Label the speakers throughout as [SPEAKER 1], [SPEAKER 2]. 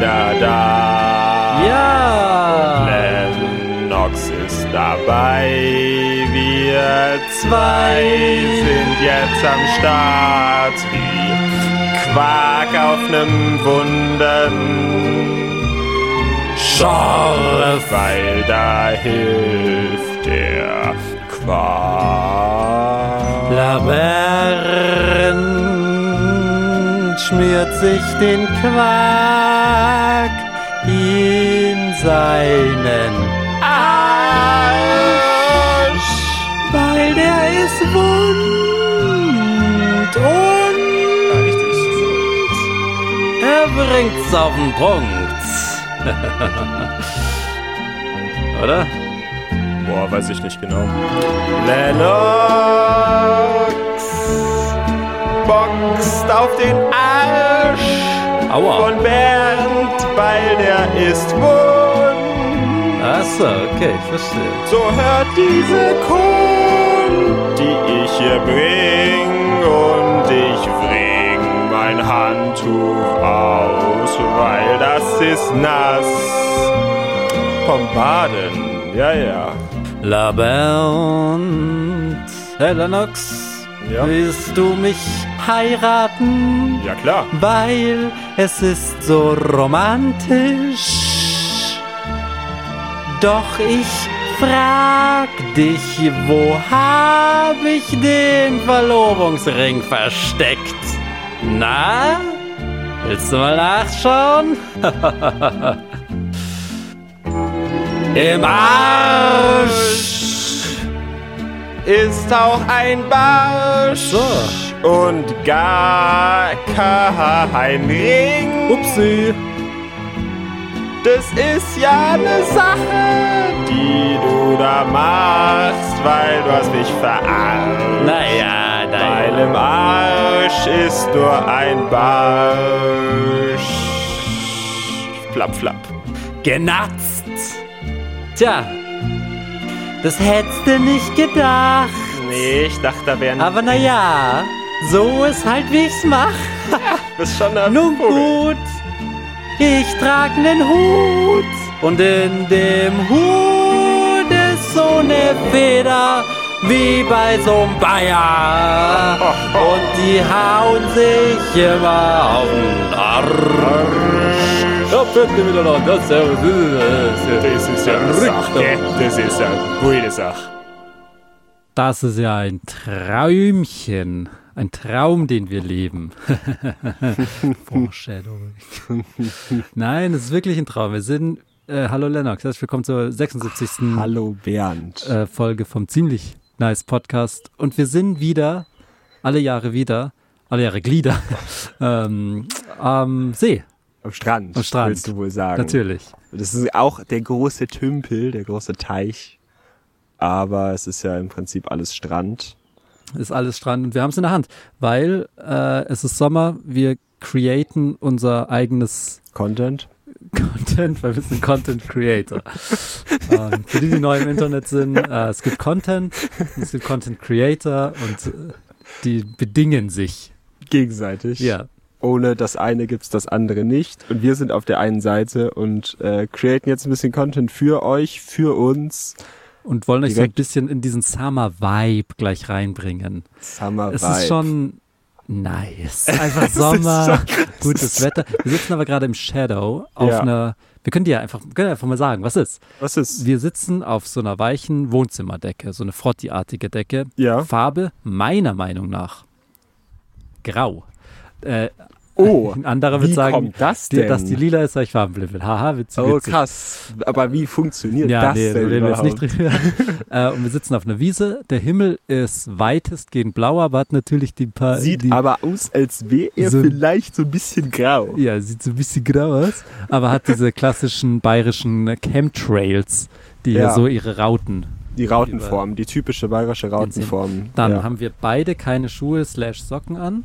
[SPEAKER 1] da, da.
[SPEAKER 2] Ja!
[SPEAKER 1] Glenn Knox ist dabei. Wir zwei sind jetzt am Start. Wie Quark auf nem Wunden. Schorf, weil da hilft der Quark.
[SPEAKER 2] Laverne schmiert sich den Quark in seinen Arsch, weil der ist wund und
[SPEAKER 1] Ja, Ah, richtig.
[SPEAKER 2] er bringt's auf den Punkt. Oder?
[SPEAKER 1] Boah, weiß ich nicht genau. Lennox boxt auf den Arsch
[SPEAKER 2] Aua.
[SPEAKER 1] von Bernd, weil der ist wund.
[SPEAKER 2] Achso, okay, ich verstehe.
[SPEAKER 1] So hört diese Kuh, die ich hier bring und ich wring mein Handtuch aus, weil das ist nass vom Baden. Ja, ja.
[SPEAKER 2] La Bernd, Herr Knox,
[SPEAKER 1] Ja.
[SPEAKER 2] willst du mich heiraten?
[SPEAKER 1] Ja klar.
[SPEAKER 2] Weil es ist so romantisch. Doch ich frag dich, wo hab ich den Verlobungsring versteckt? Na? Willst du mal nachschauen? Im Arsch!
[SPEAKER 1] ist auch ein Barsch
[SPEAKER 2] So.
[SPEAKER 1] und gar kein Ring.
[SPEAKER 2] Upsi!
[SPEAKER 1] Das ist ja eine Sache, die du da machst, weil du hast mich verarscht.
[SPEAKER 2] Naja,
[SPEAKER 1] Weil
[SPEAKER 2] naja.
[SPEAKER 1] im Arsch ist nur ein Barsch. Flapp, flapp.
[SPEAKER 2] Genatzt! Tja, das hättest du nicht gedacht.
[SPEAKER 1] Nee, ich dachte, da wären...
[SPEAKER 2] Aber naja, so ist halt, wie ich's mach.
[SPEAKER 1] bist schon ein
[SPEAKER 2] Nun
[SPEAKER 1] Vogel.
[SPEAKER 2] gut, ich trag nen Hut. Und in dem Hut ist so ne Feder wie bei so'm Bayer. Und die hauen sich immer auf den Arsch. Ja, bitte wieder noch. Das ist ja-
[SPEAKER 1] Das ist ja eine Sache. Das ist ja eine gute Sache.
[SPEAKER 2] Das ist ja ein Träumchen. Ein Traum, den wir leben. Foreshadowing. Nein, es ist wirklich ein Traum. Wir sind, äh, hallo Lennox, herzlich willkommen zur 76.
[SPEAKER 3] Hallo Bernd.
[SPEAKER 2] Äh, Folge vom Ziemlich Nice Podcast. Und wir sind wieder, alle Jahre wieder, alle Jahre Glieder, ähm, am See,
[SPEAKER 3] am Strand,
[SPEAKER 2] am Strand.
[SPEAKER 3] willst du wohl sagen.
[SPEAKER 2] natürlich.
[SPEAKER 3] Das ist auch der große Tümpel, der große Teich. Aber es ist ja im Prinzip alles Strand.
[SPEAKER 2] ist alles Strand und wir haben es in der Hand, weil äh, es ist Sommer, wir createn unser eigenes
[SPEAKER 3] Content.
[SPEAKER 2] Content, weil wir sind Content Creator. ähm, für die, die neu im Internet sind, äh, es gibt Content, es gibt Content Creator und äh, die bedingen sich.
[SPEAKER 3] Gegenseitig.
[SPEAKER 2] Ja,
[SPEAKER 3] Ohne das eine gibt's das andere nicht. Und wir sind auf der einen Seite und äh, createn jetzt ein bisschen Content für euch, für uns.
[SPEAKER 2] und wollen euch so ein
[SPEAKER 3] Direkt.
[SPEAKER 2] bisschen in diesen Summer Vibe gleich reinbringen.
[SPEAKER 3] Summer
[SPEAKER 2] Es
[SPEAKER 3] Vibe.
[SPEAKER 2] ist schon nice. Einfach Sommer, gutes Wetter. Wir sitzen aber gerade im Shadow auf
[SPEAKER 3] Ja.
[SPEAKER 2] einer. Wir können dir ja einfach, können ja einfach mal sagen, was ist.
[SPEAKER 3] Was ist?
[SPEAKER 2] Wir sitzen auf so einer weichen Wohnzimmerdecke, so eine Frotti-artige Decke.
[SPEAKER 3] Ja.
[SPEAKER 2] Farbe meiner Meinung nach grau. Äh,
[SPEAKER 3] Oh,
[SPEAKER 2] ein anderer
[SPEAKER 3] wie
[SPEAKER 2] wird sagen,
[SPEAKER 3] kommt das
[SPEAKER 2] die-
[SPEAKER 3] denn?
[SPEAKER 2] dass die lila ist, sag ich farbenblind bin. Haha, witzig.
[SPEAKER 3] oh
[SPEAKER 2] witzig.
[SPEAKER 3] krass. Aber wie funktioniert
[SPEAKER 2] Ja,
[SPEAKER 3] das
[SPEAKER 2] nee, da
[SPEAKER 3] denn
[SPEAKER 2] reden wir jetzt nicht
[SPEAKER 3] überhaupt?
[SPEAKER 2] drüber. äh, und wir sitzen auf einer Wiese. Der Himmel ist weitestgehend blau, aber hat natürlich die paar.
[SPEAKER 3] Sieht
[SPEAKER 2] die,
[SPEAKER 3] aber aus, als wäre er
[SPEAKER 2] So ein-
[SPEAKER 3] vielleicht so ein bisschen grau.
[SPEAKER 2] Ja, sieht so ein bisschen grau aus, aber hat diese klassischen bayerischen Chemtrails, die ja.
[SPEAKER 3] Ja.
[SPEAKER 2] so ihre Rauten.
[SPEAKER 3] Die Rautenform, die typische bayerische Rautenform.
[SPEAKER 2] Dann
[SPEAKER 3] ja.
[SPEAKER 2] haben wir beide keine Schuhe slash Socken an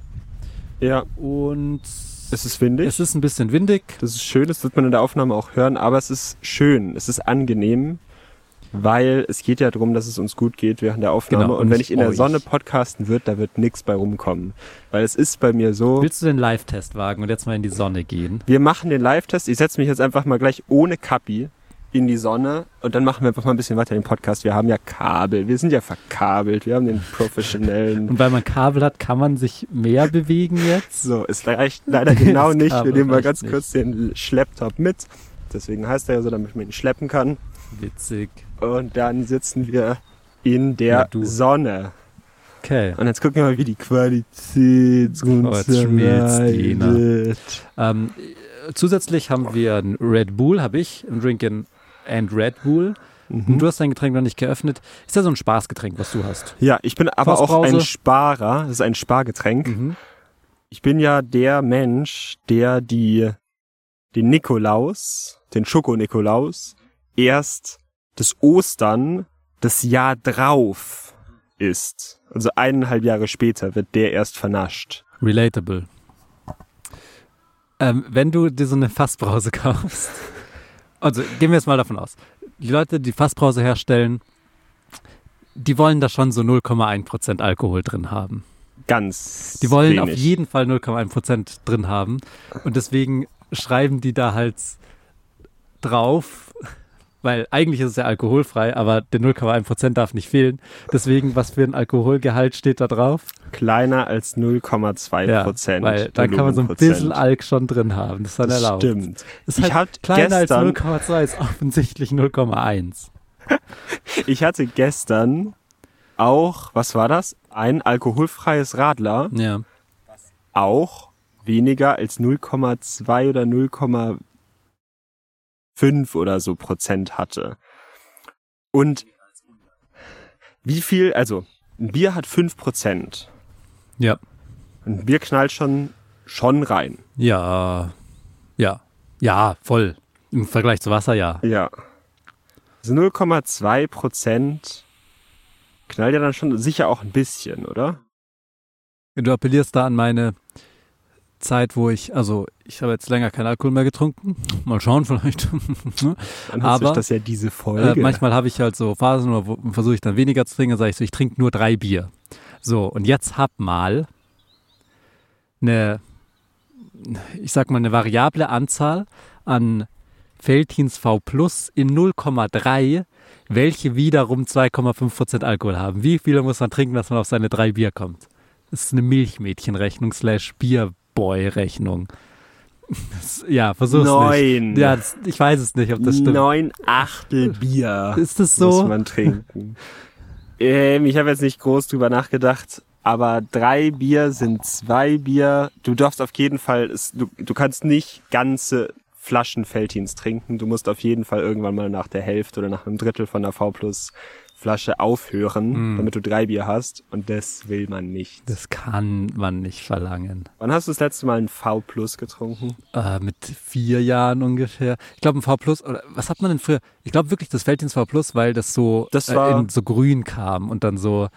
[SPEAKER 3] ja,
[SPEAKER 2] und
[SPEAKER 3] es ist windig.
[SPEAKER 2] es ist ein bisschen windig.
[SPEAKER 3] das ist schön, das wird man in der Aufnahme auch hören, aber es ist schön, es ist angenehm, weil es geht ja darum, dass es uns gut geht während der Aufnahme.
[SPEAKER 2] Genau, und
[SPEAKER 3] und, wenn
[SPEAKER 2] nicht
[SPEAKER 3] ich in der
[SPEAKER 2] euch.
[SPEAKER 3] Sonne podcasten würde, da wird nichts bei rumkommen. Weil es ist bei mir so,
[SPEAKER 2] Willst du den Live-Test wagen und jetzt mal in die Sonne gehen?
[SPEAKER 3] wir machen den Live-Test. Ich setze mich jetzt einfach mal gleich ohne Kappi in die Sonne und dann machen wir einfach mal ein bisschen weiter den Podcast. Wir haben ja Kabel, wir sind ja verkabelt, wir haben den professionellen
[SPEAKER 2] Und weil man Kabel hat, kann man sich mehr bewegen jetzt?
[SPEAKER 3] So, es reicht leider genau
[SPEAKER 2] Das
[SPEAKER 3] nicht. Wir
[SPEAKER 2] Kabel
[SPEAKER 3] nehmen mal
[SPEAKER 2] reicht
[SPEAKER 3] ganz
[SPEAKER 2] nicht.
[SPEAKER 3] kurz den Schlepptop mit. Deswegen heißt er ja so, damit man ihn schleppen kann.
[SPEAKER 2] Witzig.
[SPEAKER 3] Und dann sitzen wir in
[SPEAKER 2] Ja,
[SPEAKER 3] der
[SPEAKER 2] du.
[SPEAKER 3] Sonne.
[SPEAKER 2] Okay.
[SPEAKER 3] Und jetzt gucken wir mal, wie die Qualität
[SPEAKER 2] Oh, jetzt schmilzt die, ne?
[SPEAKER 3] leidet.
[SPEAKER 2] Ähm, äh, zusätzlich haben wir ein Red Bull, habe ich, ein Drinken and Red Bull. Und du hast dein Getränk noch nicht geöffnet. Ist ja so ein Spaßgetränk, was du hast.
[SPEAKER 3] Ja, ich bin aber auch
[SPEAKER 2] Fassbrause.
[SPEAKER 3] ein Sparer. Das ist ein Spargetränk. Ich bin ja der Mensch, der die, den Nikolaus, den Schoko-Nikolaus, erst das Ostern das Jahr drauf ist. Also eineinhalb Jahre später wird der erst vernascht.
[SPEAKER 2] Relatable. Ähm, wenn du dir so eine Fassbrause kaufst, also gehen wir jetzt mal davon aus, die Leute, die Fassbrause herstellen, die wollen da schon so 0,1% Alkohol drin haben.
[SPEAKER 3] Ganz.
[SPEAKER 2] Die wollen
[SPEAKER 3] wenig.
[SPEAKER 2] auf jeden Fall 0,1% drin haben. Und deswegen schreiben die da halt drauf, weil eigentlich ist es ja alkoholfrei, aber der 0,1% darf nicht fehlen. Deswegen, was für ein Alkoholgehalt steht da drauf?
[SPEAKER 3] kleiner als 0,2
[SPEAKER 2] Ja,
[SPEAKER 3] Prozent.
[SPEAKER 2] weil da kann man so ein bisschen Alk schon drin haben. Das ist dann
[SPEAKER 3] Das
[SPEAKER 2] erlaubt.
[SPEAKER 3] Stimmt.
[SPEAKER 2] Ist
[SPEAKER 3] Ich
[SPEAKER 2] halt
[SPEAKER 3] hab
[SPEAKER 2] kleiner
[SPEAKER 3] gestern-
[SPEAKER 2] als 0,2 ist offensichtlich 0,1.
[SPEAKER 3] Ich hatte gestern auch, was war das? Ein alkoholfreies Radler,
[SPEAKER 2] Ja.
[SPEAKER 3] auch weniger als 0,2 oder 0,5 oder so Prozent hatte. Und wie viel, also ein Bier hat 5 Prozent.
[SPEAKER 2] Ja.
[SPEAKER 3] Ein Bier knallt schon, schon rein.
[SPEAKER 2] Ja. Ja. Ja, voll. Im Vergleich zu Wasser, ja.
[SPEAKER 3] Ja. Also 0,2 Prozent knallt ja dann schon sicher auch ein bisschen, oder?
[SPEAKER 2] Du appellierst da an meine Zeit, wo ich, also ich habe jetzt länger keinen Alkohol mehr getrunken. Mal schauen vielleicht.
[SPEAKER 3] Dann hat sich
[SPEAKER 2] Aber,
[SPEAKER 3] das ja diese
[SPEAKER 2] äh,
[SPEAKER 3] Folge.
[SPEAKER 2] manchmal habe ich halt so Phasen, wo- wo versuche ich dann weniger zu trinken, dann sage ich so, ich trinke nur drei Bier. So, und jetzt hab mal eine, ich sag mal, eine variable Anzahl an Feltins V Plus in 0,3, welche wiederum 2,5% Alkohol haben. Wie viele muss man trinken, dass man auf seine drei Bier kommt? Das ist eine Milchmädchenrechnung slash Bierboy-Rechnung. Das- Ja, versuch's
[SPEAKER 3] Neun.
[SPEAKER 2] nicht. Ja, das, ich weiß es nicht, ob das stimmt.
[SPEAKER 3] Neun Achtel Bier
[SPEAKER 2] Ist das
[SPEAKER 3] muss
[SPEAKER 2] so?
[SPEAKER 3] man trinken. ähm, ich habe jetzt nicht groß drüber nachgedacht, aber drei Bier sind zwei Bier. Du darfst auf jeden Fall, es- du, du kannst nicht ganze Flaschen Feltins trinken. Du musst auf jeden Fall irgendwann mal nach der Hälfte oder nach einem Drittel von der V Plus Flasche aufhören,
[SPEAKER 2] Hm.
[SPEAKER 3] damit du drei Bier hast. Und das will man nicht.
[SPEAKER 2] Das kann man nicht verlangen.
[SPEAKER 3] Wann hast du das letzte Mal ein V Plus getrunken?
[SPEAKER 2] Äh, mit vier Jahren ungefähr. Ich glaube, ein V Plus, oder was hat man denn früher? Ich glaube wirklich, das fällt ins V Plus, weil das so
[SPEAKER 3] Das war-
[SPEAKER 2] äh, in so grün kam und dann so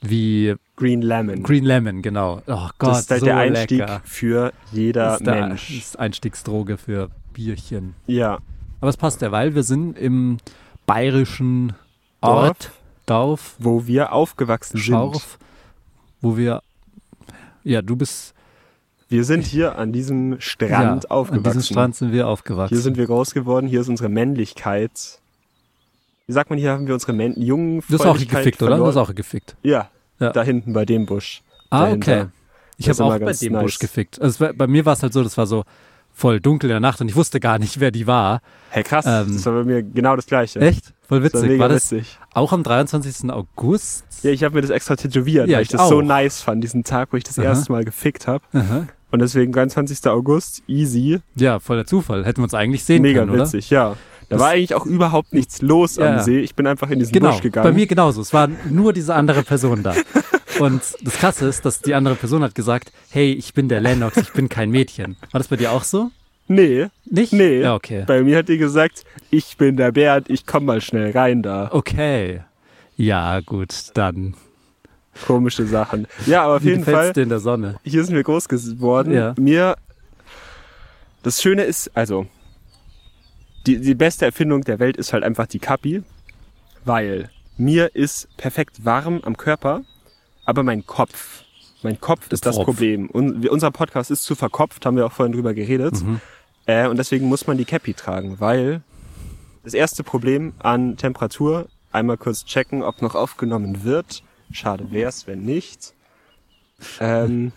[SPEAKER 2] wie
[SPEAKER 3] Green Lemon.
[SPEAKER 2] Green Lemon, genau. Oh Gott,
[SPEAKER 3] das ist halt
[SPEAKER 2] so
[SPEAKER 3] der Einstieg
[SPEAKER 2] lecker.
[SPEAKER 3] für jeder
[SPEAKER 2] Das ist der-
[SPEAKER 3] Mensch.
[SPEAKER 2] das ist Einstiegsdroge für Bierchen.
[SPEAKER 3] Ja.
[SPEAKER 2] Aber es passt ja, weil wir sind im bayerischen Ort, Dorf,
[SPEAKER 3] wo wir aufgewachsen sind.
[SPEAKER 2] Schorf, wo wir, ja, du bist
[SPEAKER 3] Wir sind hier an diesem Strand
[SPEAKER 2] ja,
[SPEAKER 3] aufgewachsen.
[SPEAKER 2] An diesem Strand sind wir aufgewachsen.
[SPEAKER 3] Hier sind wir groß geworden, hier ist unsere Männlichkeit. Wie sagt man, hier haben wir unsere Män jungen
[SPEAKER 2] du hast auch
[SPEAKER 3] Fräulichkeit
[SPEAKER 2] gefickt, oder? Du
[SPEAKER 3] verloren.
[SPEAKER 2] hast auch gefickt.
[SPEAKER 3] ja,
[SPEAKER 2] Ja.
[SPEAKER 3] da hinten bei dem Busch.
[SPEAKER 2] Ah,
[SPEAKER 3] dahinter.
[SPEAKER 2] okay. Ich
[SPEAKER 3] Das ist
[SPEAKER 2] habe auch
[SPEAKER 3] immer
[SPEAKER 2] bei
[SPEAKER 3] ganz
[SPEAKER 2] dem
[SPEAKER 3] nice.
[SPEAKER 2] Busch gefickt. Also es war, bei mir war es halt so, das war so voll dunkel in der Nacht und ich wusste gar nicht, wer die war.
[SPEAKER 3] Hey, krass,
[SPEAKER 2] Ähm.
[SPEAKER 3] das war bei mir genau das Gleiche.
[SPEAKER 2] Echt? Voll
[SPEAKER 3] Das war
[SPEAKER 2] witzig.
[SPEAKER 3] mega
[SPEAKER 2] War das
[SPEAKER 3] witzig.
[SPEAKER 2] auch am 23. August?
[SPEAKER 3] Ja, ich habe mir das extra tätowiert,
[SPEAKER 2] Ja,
[SPEAKER 3] weil ich
[SPEAKER 2] ich
[SPEAKER 3] das so
[SPEAKER 2] auch.
[SPEAKER 3] nice fand, diesen Tag, wo ich das
[SPEAKER 2] Aha.
[SPEAKER 3] erste Mal gefickt habe.
[SPEAKER 2] Aha.
[SPEAKER 3] Und deswegen 23. August, easy,
[SPEAKER 2] Ja, voll der Zufall. Hätten wir uns eigentlich sehen
[SPEAKER 3] mega
[SPEAKER 2] können, oder?
[SPEAKER 3] witzig, ja. Da war eigentlich auch überhaupt nichts los
[SPEAKER 2] Ja.
[SPEAKER 3] am See. Ich bin einfach in diesen
[SPEAKER 2] Genau,
[SPEAKER 3] Busch gegangen.
[SPEAKER 2] bei mir genauso. Es war nur diese andere Person da. Und das Krasse ist, dass die andere Person hat gesagt, hey, ich bin der Lennox, ich bin kein Mädchen. War das bei dir auch so?
[SPEAKER 3] Nee,
[SPEAKER 2] Nicht?
[SPEAKER 3] Nee.
[SPEAKER 2] Ja, okay.
[SPEAKER 3] Bei mir hat die gesagt, ich bin der Bernd, ich komm mal schnell rein da.
[SPEAKER 2] Okay. Ja, gut, dann.
[SPEAKER 3] Komische Sachen. Ja, aber auf
[SPEAKER 2] Wie
[SPEAKER 3] jeden
[SPEAKER 2] gefällt's
[SPEAKER 3] Fall,
[SPEAKER 2] dir in der Sonne?
[SPEAKER 3] hier sind wir groß geworden.
[SPEAKER 2] Ja.
[SPEAKER 3] Mir, das Schöne ist, also, die, die beste Erfindung der Welt ist halt einfach die Kapi. weil mir ist perfekt warm am Körper, aber mein Kopf, mein Kopf ist das
[SPEAKER 2] Kopf.
[SPEAKER 3] Problem. Un wir- unser Podcast ist zu verkopft, haben wir auch vorhin drüber geredet. Äh, und deswegen muss man die Cappy tragen, weil das erste Problem an Temperatur, einmal kurz checken, ob noch aufgenommen wird. Schade wär's, wenn nicht. Ähm,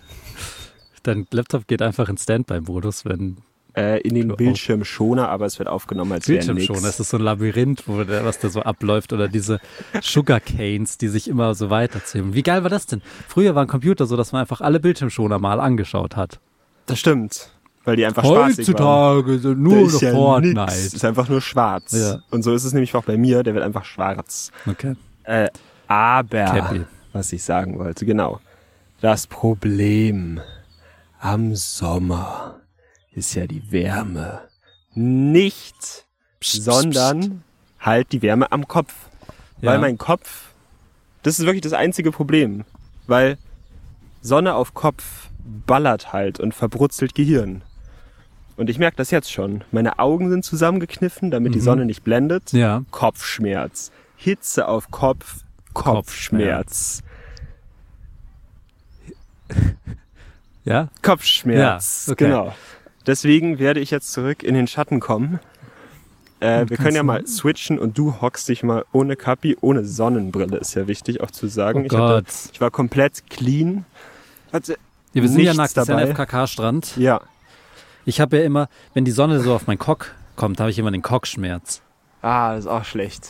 [SPEAKER 2] Dein Laptop geht einfach in Standby-Modus, wenn
[SPEAKER 3] äh, in den Bildschirmschoner, aber es wird aufgenommen, als wäre
[SPEAKER 2] Bildschirm
[SPEAKER 3] nichts.
[SPEAKER 2] schon. Das ist so ein Labyrinth, wo der, was da so abläuft oder diese Sugarcanes, die sich immer so weiterziehen. Wie geil war das denn? Früher war ein Computer so, dass man einfach alle Bildschirmschoner mal angeschaut hat.
[SPEAKER 3] Das stimmt, weil die einfach spaßig waren.
[SPEAKER 2] Heutzutage sind nur
[SPEAKER 3] Da
[SPEAKER 2] noch
[SPEAKER 3] ist ja
[SPEAKER 2] Fortnite.
[SPEAKER 3] nix. Ist einfach nur schwarz.
[SPEAKER 2] Ja.
[SPEAKER 3] Und so ist es nämlich auch bei mir, der wird einfach schwarz.
[SPEAKER 2] Okay.
[SPEAKER 3] Äh, aber,
[SPEAKER 2] Cappy.
[SPEAKER 3] was ich sagen wollte, genau. Das Problem am Sommer ist ja die Wärme. Nicht, sondern halt die Wärme am Kopf. Weil
[SPEAKER 2] Ja.
[SPEAKER 3] mein Kopf, das ist wirklich das einzige Problem. Weil Sonne auf Kopf ballert halt und verbrutzelt Gehirn. Und ich merke das jetzt schon. Meine Augen sind zusammengekniffen, damit die Sonne nicht blendet.
[SPEAKER 2] Mhm. Ja.
[SPEAKER 3] Kopfschmerz. Hitze auf Kopf, Kopfschmerz.
[SPEAKER 2] Ja?
[SPEAKER 3] Kopfschmerz,
[SPEAKER 2] Ja, okay.
[SPEAKER 3] genau. Deswegen werde ich jetzt zurück in den Schatten kommen. Äh, wir können ja mal switchen und du hockst dich mal ohne Kappi, ohne Sonnenbrille, ist ja wichtig auch zu sagen.
[SPEAKER 2] Oh
[SPEAKER 3] ich, hatte,
[SPEAKER 2] Gott.
[SPEAKER 3] ich war komplett clean. Hatte
[SPEAKER 2] Ja, wir sind ja
[SPEAKER 3] nichts
[SPEAKER 2] nackt, das ist ja ein
[SPEAKER 3] dabei.
[SPEAKER 2] FKK-Strand.
[SPEAKER 3] Ja.
[SPEAKER 2] Ich habe ja immer, wenn die Sonne so auf meinen Cock kommt, habe ich immer den Cockschmerz.
[SPEAKER 3] Ah, das ist auch schlecht.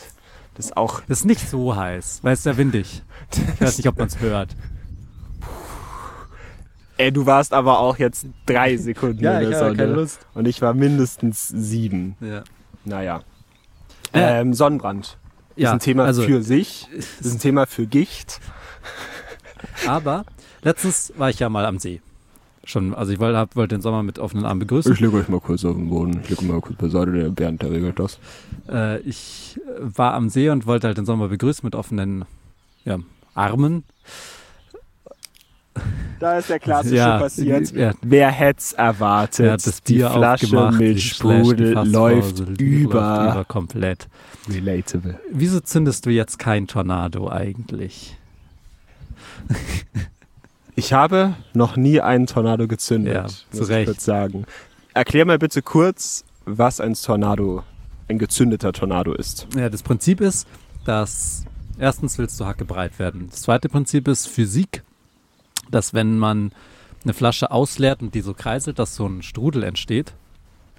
[SPEAKER 3] Das ist auch.
[SPEAKER 2] Das ist nicht so heiß, weil es ist ja windig. Ich weiß nicht, ob man es hört.
[SPEAKER 3] Ey, du warst aber auch jetzt drei Sekunden
[SPEAKER 2] Ja,
[SPEAKER 3] in
[SPEAKER 2] ich
[SPEAKER 3] der
[SPEAKER 2] habe
[SPEAKER 3] Sonne.
[SPEAKER 2] ja keine Lust.
[SPEAKER 3] Und ich war mindestens sieben.
[SPEAKER 2] Ja.
[SPEAKER 3] Naja.
[SPEAKER 2] Äh.
[SPEAKER 3] Ähm, Sonnenbrand.
[SPEAKER 2] Ja,
[SPEAKER 3] ist ein Thema
[SPEAKER 2] also-
[SPEAKER 3] für sich. Ist ein Thema für Gicht.
[SPEAKER 2] Aber letztens war ich ja mal am See. Schon, also ich wollte, hab, wollte den Sommer mit offenen Armen begrüßen.
[SPEAKER 1] Ich lege euch mal kurz auf den Boden. Ich lege mal kurz beiseite, der Bernd, der regelt das.
[SPEAKER 2] Äh, ich äh, war am See und wollte halt den Sommer begrüßen mit offenen ja, Armen.
[SPEAKER 3] Da ist der klassische
[SPEAKER 2] Ja,
[SPEAKER 3] passiert.
[SPEAKER 2] ja.
[SPEAKER 3] Wer hätt's erwartet?
[SPEAKER 2] Er hat das
[SPEAKER 3] die
[SPEAKER 2] Bier
[SPEAKER 3] Flasche
[SPEAKER 2] aufgemacht,
[SPEAKER 3] mit
[SPEAKER 2] die Slash, die
[SPEAKER 3] Sprudel
[SPEAKER 2] Fassbrause,
[SPEAKER 3] läuft
[SPEAKER 2] die läuft
[SPEAKER 3] über.
[SPEAKER 2] über komplett.
[SPEAKER 3] Relatable.
[SPEAKER 2] Wieso zündest du jetzt kein Tornado eigentlich?
[SPEAKER 3] Ich habe noch nie einen Tornado gezündet,
[SPEAKER 2] Ja, zu
[SPEAKER 3] muss
[SPEAKER 2] Recht.
[SPEAKER 3] ich kurz sagen. Erklär mal bitte kurz, was ein Tornado, ein gezündeter Tornado ist.
[SPEAKER 2] Ja, das Prinzip ist, dass erstens willst du hackebreit werden. Das zweite Prinzip ist Physik, dass wenn man eine Flasche ausleert und die so kreiselt, dass so ein Strudel entsteht.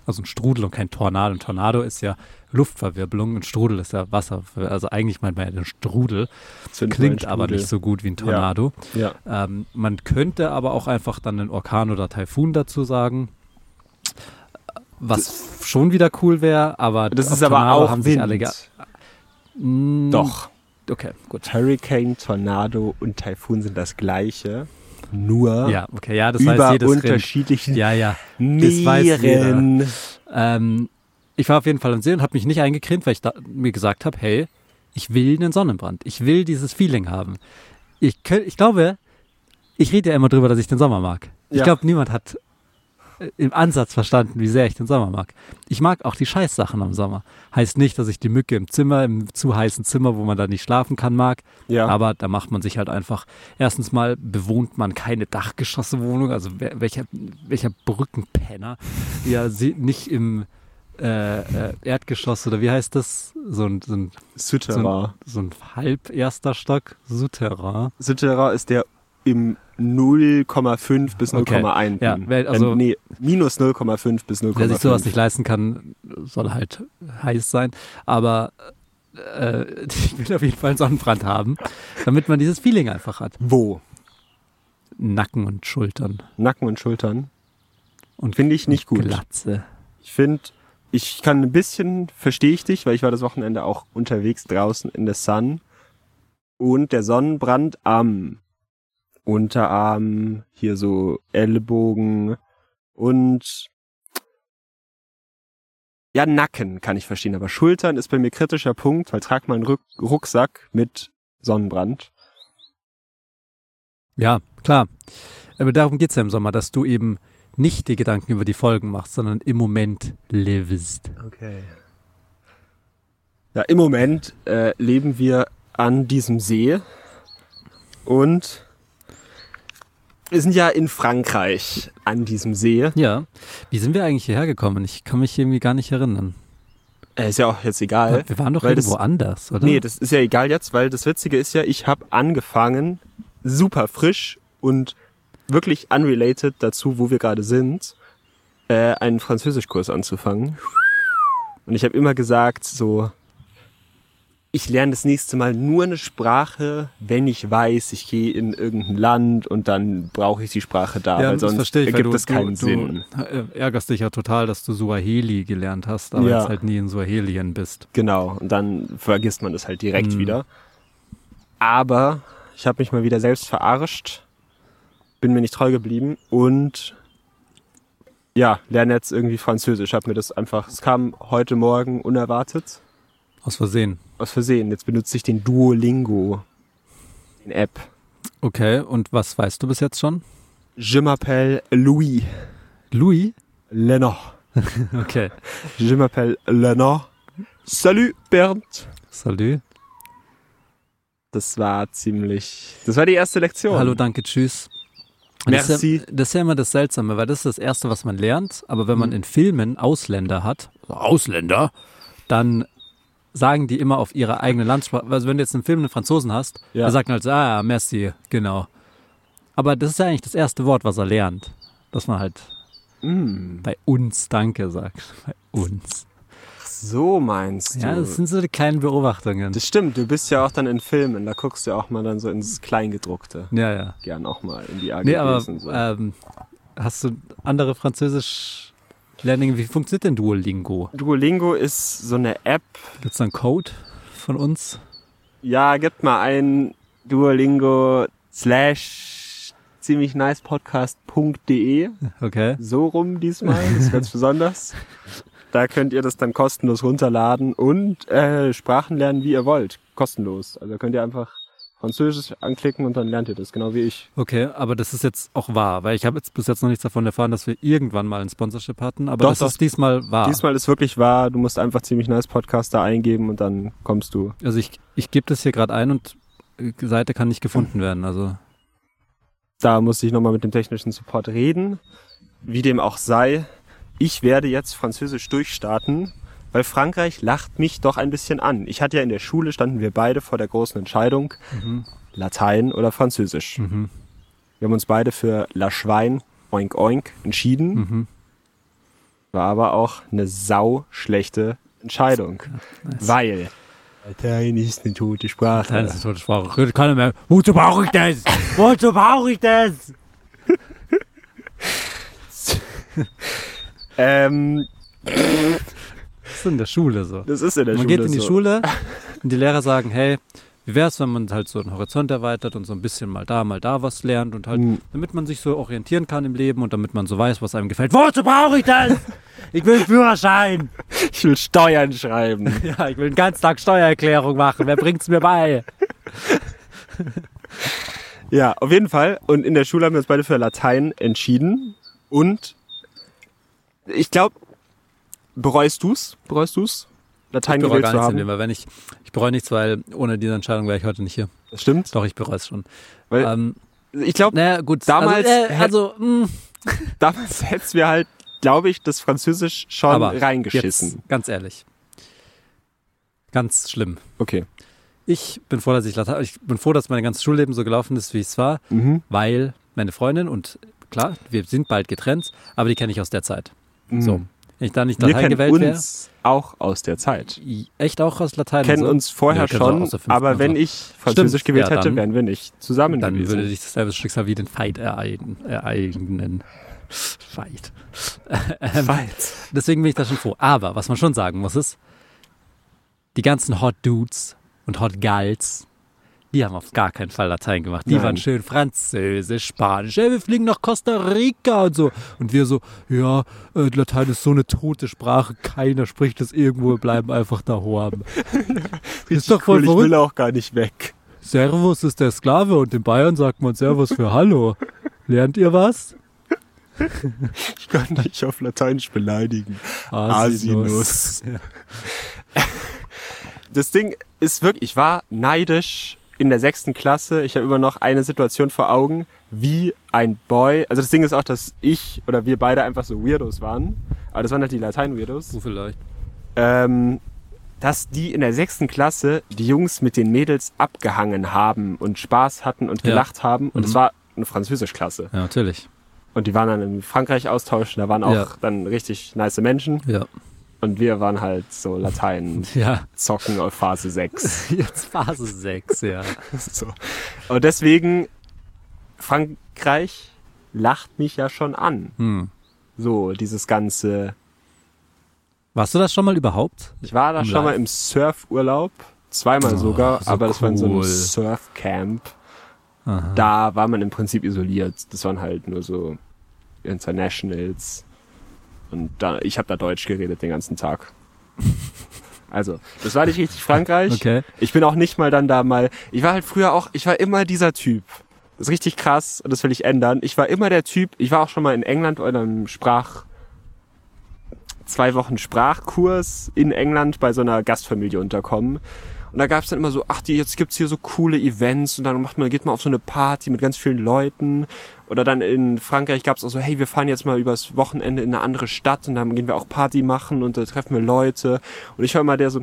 [SPEAKER 2] Also ein Strudel und kein Tornado. Ein Tornado ist ja Luftverwirbelung, ein Strudel ist ja Wasser. Also eigentlich meint man ja den Strudel.
[SPEAKER 3] Zünd mal
[SPEAKER 2] Klingt
[SPEAKER 3] einen
[SPEAKER 2] aber
[SPEAKER 3] Strudel.
[SPEAKER 2] nicht so gut wie ein Tornado.
[SPEAKER 3] Ja.
[SPEAKER 2] Ähm, man könnte aber auch einfach dann einen Orkan oder Taifun dazu sagen. Was schon wieder cool wäre, aber Mm.
[SPEAKER 3] Das
[SPEAKER 2] auf
[SPEAKER 3] ist aber
[SPEAKER 2] Tornado
[SPEAKER 3] auch
[SPEAKER 2] haben
[SPEAKER 3] Wind.
[SPEAKER 2] sich alle ge
[SPEAKER 3] Doch.
[SPEAKER 2] Okay, gut.
[SPEAKER 3] Hurricane, Tornado und Taifun sind das gleiche, nur
[SPEAKER 2] Ja, okay, ja, das weiß
[SPEAKER 3] über
[SPEAKER 2] jedes Rind.
[SPEAKER 3] unterschiedlichen
[SPEAKER 2] Ja, ja. Das weiß jeder.
[SPEAKER 3] Meeren.
[SPEAKER 2] Ähm, ich war auf jeden Fall am See und habe mich nicht eingecremt, weil ich da, mir gesagt habe, hey, ich will einen Sonnenbrand. Ich will dieses Feeling haben. Ich, könnt, ich glaube, ich rede ja immer drüber, dass ich den Sommer mag. Ich
[SPEAKER 3] Ja.
[SPEAKER 2] glaube, niemand hat äh, im Ansatz verstanden, wie sehr ich den Sommer mag. Ich mag auch die Scheißsachen am Sommer. Heißt nicht, dass ich die Mücke im Zimmer, im zu heißen Zimmer, wo man da nicht schlafen kann, mag.
[SPEAKER 3] Ja.
[SPEAKER 2] Aber da macht man sich halt einfach, erstens mal bewohnt man keine Dachgeschosswohnung, also wer, welcher, welcher Brückenpenner, ja, sie, nicht im äh, äh, Erdgeschoss oder wie heißt das? So ein, so ein, so ein,
[SPEAKER 3] Sütterer.
[SPEAKER 2] so ein halb erster Stock, Souterrain.
[SPEAKER 3] Sütterer ist der im 0,5 bis 0,1.
[SPEAKER 2] Okay. Ja, wer- also-
[SPEAKER 3] äh, nee, minus 0,5 bis 0,5.
[SPEAKER 2] Wer sich sowas nicht leisten kann, soll halt heiß sein. Aber äh, ich will auf jeden Fall einen Sonnenbrand haben, damit man dieses Feeling einfach hat.
[SPEAKER 3] Wo?
[SPEAKER 2] Nacken und Schultern
[SPEAKER 3] Nacken und Schultern.
[SPEAKER 2] und
[SPEAKER 3] Finde ich nicht gut.
[SPEAKER 2] Glatze.
[SPEAKER 3] Ich finde, ich kann ein bisschen, verstehe ich dich, weil ich war das Wochenende auch unterwegs draußen in der Sun. Und der Sonnenbrand am Unterarm, hier so Ellbogen und ja, Nacken kann ich verstehen, aber Schultern ist bei mir kritischer Punkt, weil trag mal einen Ruck Rucksack mit Sonnenbrand.
[SPEAKER 2] Ja, klar. Aber darum geht's ja im Sommer, dass du eben nicht die Gedanken über die Folgen machst, sondern im Moment lebst.
[SPEAKER 3] Okay. Ja, im Moment äh, leben wir an diesem See und wir sind ja in Frankreich an diesem See.
[SPEAKER 2] Ja. Wie sind wir eigentlich hierher gekommen? Ich kann mich irgendwie gar nicht erinnern.
[SPEAKER 3] Äh, ist ja auch jetzt egal.
[SPEAKER 2] Wir waren doch
[SPEAKER 3] weil
[SPEAKER 2] irgendwo
[SPEAKER 3] das,
[SPEAKER 2] anders, oder?
[SPEAKER 3] Nee, das ist ja egal jetzt, weil das Witzige ist ja, ich habe angefangen, super frisch und wirklich unrelated dazu, wo wir gerade sind, äh, einen Französischkurs anzufangen. Und ich habe immer gesagt, so, ich lerne das nächste Mal nur eine Sprache, wenn ich weiß, ich gehe in irgendein Land und dann brauche ich die Sprache da, weil
[SPEAKER 2] das
[SPEAKER 3] sonst
[SPEAKER 2] verstehe ich, weil
[SPEAKER 3] ergibt
[SPEAKER 2] du,
[SPEAKER 3] es keinen
[SPEAKER 2] du,
[SPEAKER 3] Sinn.
[SPEAKER 2] Du äh, ärgerst dich ja total, dass du Suaheli gelernt hast, aber
[SPEAKER 3] Ja.
[SPEAKER 2] jetzt halt nie in Suahelien bist.
[SPEAKER 3] Genau, und dann vergisst man das halt direkt
[SPEAKER 2] Mhm.
[SPEAKER 3] wieder. Aber ich habe mich mal wieder selbst verarscht, bin mir nicht treu geblieben und ja, lerne jetzt irgendwie Französisch. Hab mir das einfach, es kam heute Morgen unerwartet,
[SPEAKER 2] Aus Versehen.
[SPEAKER 3] aus Versehen. Jetzt benutze ich den Duolingo, den App.
[SPEAKER 2] Okay, und was weißt du bis jetzt schon?
[SPEAKER 3] Je m'appelle Louis
[SPEAKER 2] Louis?
[SPEAKER 3] Lennon.
[SPEAKER 2] Okay.
[SPEAKER 3] Je m'appelle Lennon. Salut Bernd.
[SPEAKER 2] Salut.
[SPEAKER 3] Das war ziemlich, das war die erste Lektion.
[SPEAKER 2] Hallo, danke, tschüss. Und Das
[SPEAKER 3] Merci.
[SPEAKER 2] ist, ja, das ist ja immer das Seltsame, weil das ist das Erste, was man lernt. Aber wenn
[SPEAKER 3] Mhm.
[SPEAKER 2] man in Filmen Ausländer hat, Ausländer, dann sagen die immer auf ihre eigene Landsprache. Also wenn du jetzt einen Film einen Franzosen hast,
[SPEAKER 3] Ja.
[SPEAKER 2] der sagt dann halt so, ah, merci, genau. Aber das ist ja eigentlich das erste Wort, was er lernt. Dass man halt
[SPEAKER 3] Mm.
[SPEAKER 2] bei uns Danke sagt. Bei uns.
[SPEAKER 3] So meinst du.
[SPEAKER 2] Ja, das sind so die kleinen Beobachtungen.
[SPEAKER 3] Das stimmt, du bist ja auch dann in Filmen, da guckst du ja auch mal dann so ins Kleingedruckte.
[SPEAKER 2] Ja, ja.
[SPEAKER 3] Gern auch mal in die AGBs
[SPEAKER 2] Nee, aber
[SPEAKER 3] und so.
[SPEAKER 2] ähm, hast du andere französisch Learning? Wie funktioniert denn Duolingo?
[SPEAKER 3] Duolingo ist so eine App.
[SPEAKER 2] Gibt es da einen Code von uns?
[SPEAKER 3] Ja, gib mal ein Duolingo slash ziemlich nice podcast.de.
[SPEAKER 2] Okay.
[SPEAKER 3] E. So rum diesmal, das ist ganz besonders. Da könnt ihr das dann kostenlos runterladen und äh, Sprachen lernen, wie ihr wollt. Kostenlos. Also könnt ihr einfach Französisch anklicken und dann lernt ihr das, genau wie ich.
[SPEAKER 2] Okay, aber das ist jetzt auch wahr, weil ich habe jetzt bis jetzt noch nichts davon erfahren, dass wir irgendwann mal ein Sponsorship hatten, aber
[SPEAKER 3] Doch,
[SPEAKER 2] das
[SPEAKER 3] doch.
[SPEAKER 2] ist diesmal wahr.
[SPEAKER 3] Diesmal ist wirklich wahr, du musst einfach ziemlich nice Podcast da eingeben und dann kommst du.
[SPEAKER 2] Also ich, ich gebe das hier gerade ein und äh, Seite kann nicht gefunden werden. Also
[SPEAKER 3] Da musste ich nochmal mit dem technischen Support reden. Wie dem auch sei, ich werde jetzt Französisch durchstarten, weil Frankreich lacht mich doch ein bisschen an. Ich hatte ja in der Schule, standen wir beide vor der großen Entscheidung, Latein oder Französisch. Wir haben uns beide für La Schwein, oink oink, entschieden. War aber auch eine sau schlechte Entscheidung, weil Latein ist eine tote Sprache.
[SPEAKER 2] Nein, das ist tote Sprache. Redet Keiner mehr. Wozu brauche ich das? Wozu brauche ich das?
[SPEAKER 3] Ähm,
[SPEAKER 2] Das ist in der Schule so.
[SPEAKER 3] das ist in der
[SPEAKER 2] man
[SPEAKER 3] Schule
[SPEAKER 2] geht in die
[SPEAKER 3] so.
[SPEAKER 2] Schule und die Lehrer sagen, hey, wie wäre es, wenn man halt so den Horizont erweitert und so ein bisschen mal da, mal da was lernt und halt,
[SPEAKER 3] Hm.
[SPEAKER 2] damit man sich so orientieren kann im Leben und damit man so weiß, was einem gefällt. Wozu brauche ich das? Ich will einen Führerschein.
[SPEAKER 3] Ich will Steuern schreiben.
[SPEAKER 2] Ja, ich will den ganzen Tag Steuererklärung machen. Wer bringt's mir bei?
[SPEAKER 3] ja, auf jeden Fall. Und in der Schule haben wir uns beide für Latein entschieden. Und ich glaube, bereust du's? Bereust du's? Latein
[SPEAKER 2] Ich bereue
[SPEAKER 3] gewählt
[SPEAKER 2] gar
[SPEAKER 3] zu
[SPEAKER 2] nichts in dem,
[SPEAKER 3] haben.
[SPEAKER 2] weil wenn ich, ich bereue nichts, weil ohne diese Entscheidung wäre ich heute nicht hier.
[SPEAKER 3] Das stimmt.
[SPEAKER 2] Doch, ich bereue es schon.
[SPEAKER 3] Weil-
[SPEAKER 2] ähm,
[SPEAKER 3] Ich glaube,
[SPEAKER 2] naja, gut.
[SPEAKER 3] Damals
[SPEAKER 2] also, äh,
[SPEAKER 3] hätt-
[SPEAKER 2] also mh,
[SPEAKER 3] damals hätten wir halt, glaube ich, das Französisch schon
[SPEAKER 2] aber
[SPEAKER 3] reingeschissen.
[SPEAKER 2] Jetzt, ganz ehrlich. Ganz schlimm.
[SPEAKER 3] Okay.
[SPEAKER 2] Ich bin froh, dass ich Latein, ich bin froh, dass mein ganzes Schulleben so gelaufen ist, wie es war,
[SPEAKER 3] Mhm.
[SPEAKER 2] weil meine Freundin und klar, wir sind bald getrennt, aber die kenne ich aus der Zeit. So, wenn ich da nicht
[SPEAKER 3] Mhm. Wir
[SPEAKER 2] Latein
[SPEAKER 3] kennen
[SPEAKER 2] gewählt wäre,
[SPEAKER 3] uns auch aus der Zeit.
[SPEAKER 2] echt auch aus Latein. und
[SPEAKER 3] Kennen
[SPEAKER 2] so?
[SPEAKER 3] uns vorher
[SPEAKER 2] also? Ja, kennen wir auch
[SPEAKER 3] schon,
[SPEAKER 2] aus der fünften
[SPEAKER 3] aber
[SPEAKER 2] und
[SPEAKER 3] wenn
[SPEAKER 2] so.
[SPEAKER 3] ich Französisch
[SPEAKER 2] Stimmt,
[SPEAKER 3] gewählt
[SPEAKER 2] ja,
[SPEAKER 3] hätte,
[SPEAKER 2] dann-
[SPEAKER 3] wären wir nicht zusammen
[SPEAKER 2] dann
[SPEAKER 3] gewesen.
[SPEAKER 2] würde dich dasselbe Schicksal wie den Feind ereignen. ereignen. Feind.
[SPEAKER 3] Schweiz.
[SPEAKER 2] Deswegen bin ich da schon froh. Aber was man schon sagen muss ist, die ganzen Hot Dudes und Hot Gals, die haben auf gar keinen Fall Latein gemacht. Die
[SPEAKER 3] Nein.
[SPEAKER 2] waren schön Französisch, Spanisch. Hey, wir fliegen nach Costa Rica und so. Und wir so, ja, äh, Latein ist so eine tote Sprache. Keiner spricht es irgendwo. Wir bleiben einfach da oben. ist doch voll
[SPEAKER 3] cool, ich
[SPEAKER 2] verrückt.
[SPEAKER 3] will auch gar nicht weg.
[SPEAKER 2] Servus ist der Sklave und in Bayern sagt man Servus für Hallo. Lernt ihr was?
[SPEAKER 3] Ich kann dich auf Lateinisch beleidigen. Asinus.
[SPEAKER 2] Ja.
[SPEAKER 3] Das Ding ist wirklich, ich war neidisch in der sechsten Klasse. Ich habe immer noch eine Situation vor Augen, wie ein Boy. Also das Ding ist auch, dass ich oder wir beide einfach so Weirdos waren. Aber das waren halt die Latein-Weirdos.
[SPEAKER 2] So vielleicht.
[SPEAKER 3] Ähm, dass die in der sechsten Klasse die Jungs mit den Mädels abgehangen haben und Spaß hatten und
[SPEAKER 2] Ja.
[SPEAKER 3] gelacht haben. Und
[SPEAKER 2] Mhm.
[SPEAKER 3] es war eine Französischklasse.
[SPEAKER 2] Ja, natürlich.
[SPEAKER 3] Und die waren dann in Frankreich austauschen. Da waren auch
[SPEAKER 2] Ja.
[SPEAKER 3] dann richtig nice Menschen.
[SPEAKER 2] Ja.
[SPEAKER 3] Und wir waren halt so Latein.
[SPEAKER 2] Ja.
[SPEAKER 3] Zocken auf Phase 6.
[SPEAKER 2] Jetzt Phase 6, ja.
[SPEAKER 3] so. Und deswegen, Frankreich lacht mich ja schon an.
[SPEAKER 2] Hm.
[SPEAKER 3] So, dieses ganze.
[SPEAKER 2] Warst du das schon mal überhaupt?
[SPEAKER 3] Ich war da
[SPEAKER 2] Im
[SPEAKER 3] schon
[SPEAKER 2] Live.
[SPEAKER 3] mal im Surfurlaub, zweimal
[SPEAKER 2] Oh,
[SPEAKER 3] sogar,
[SPEAKER 2] so
[SPEAKER 3] aber das war in so einem
[SPEAKER 2] cool.
[SPEAKER 3] Surfcamp.
[SPEAKER 2] Aha.
[SPEAKER 3] Da war man im Prinzip isoliert. Das waren halt nur so Internationals. Und da, ich habe da Deutsch geredet den ganzen Tag. Also, das war nicht richtig Frankreich.
[SPEAKER 2] Okay.
[SPEAKER 3] Ich bin auch nicht mal dann da mal. Ich war halt früher auch, ich war immer dieser Typ. Das ist richtig krass und das will ich ändern. Ich war immer der Typ, ich war auch schon mal in England bei einem Sprach. zwei Wochen Sprachkurs in England bei so einer Gastfamilie unterkommen. Und da gab's dann immer so, ach, die, jetzt gibt's hier so coole Events und dann macht man, geht man auf so eine Party mit ganz vielen Leuten. Oder dann in Frankreich gab's auch so, hey, wir fahren jetzt mal übers Wochenende in eine andere Stadt und dann gehen wir auch Party machen und da treffen wir Leute. Und ich war immer der so,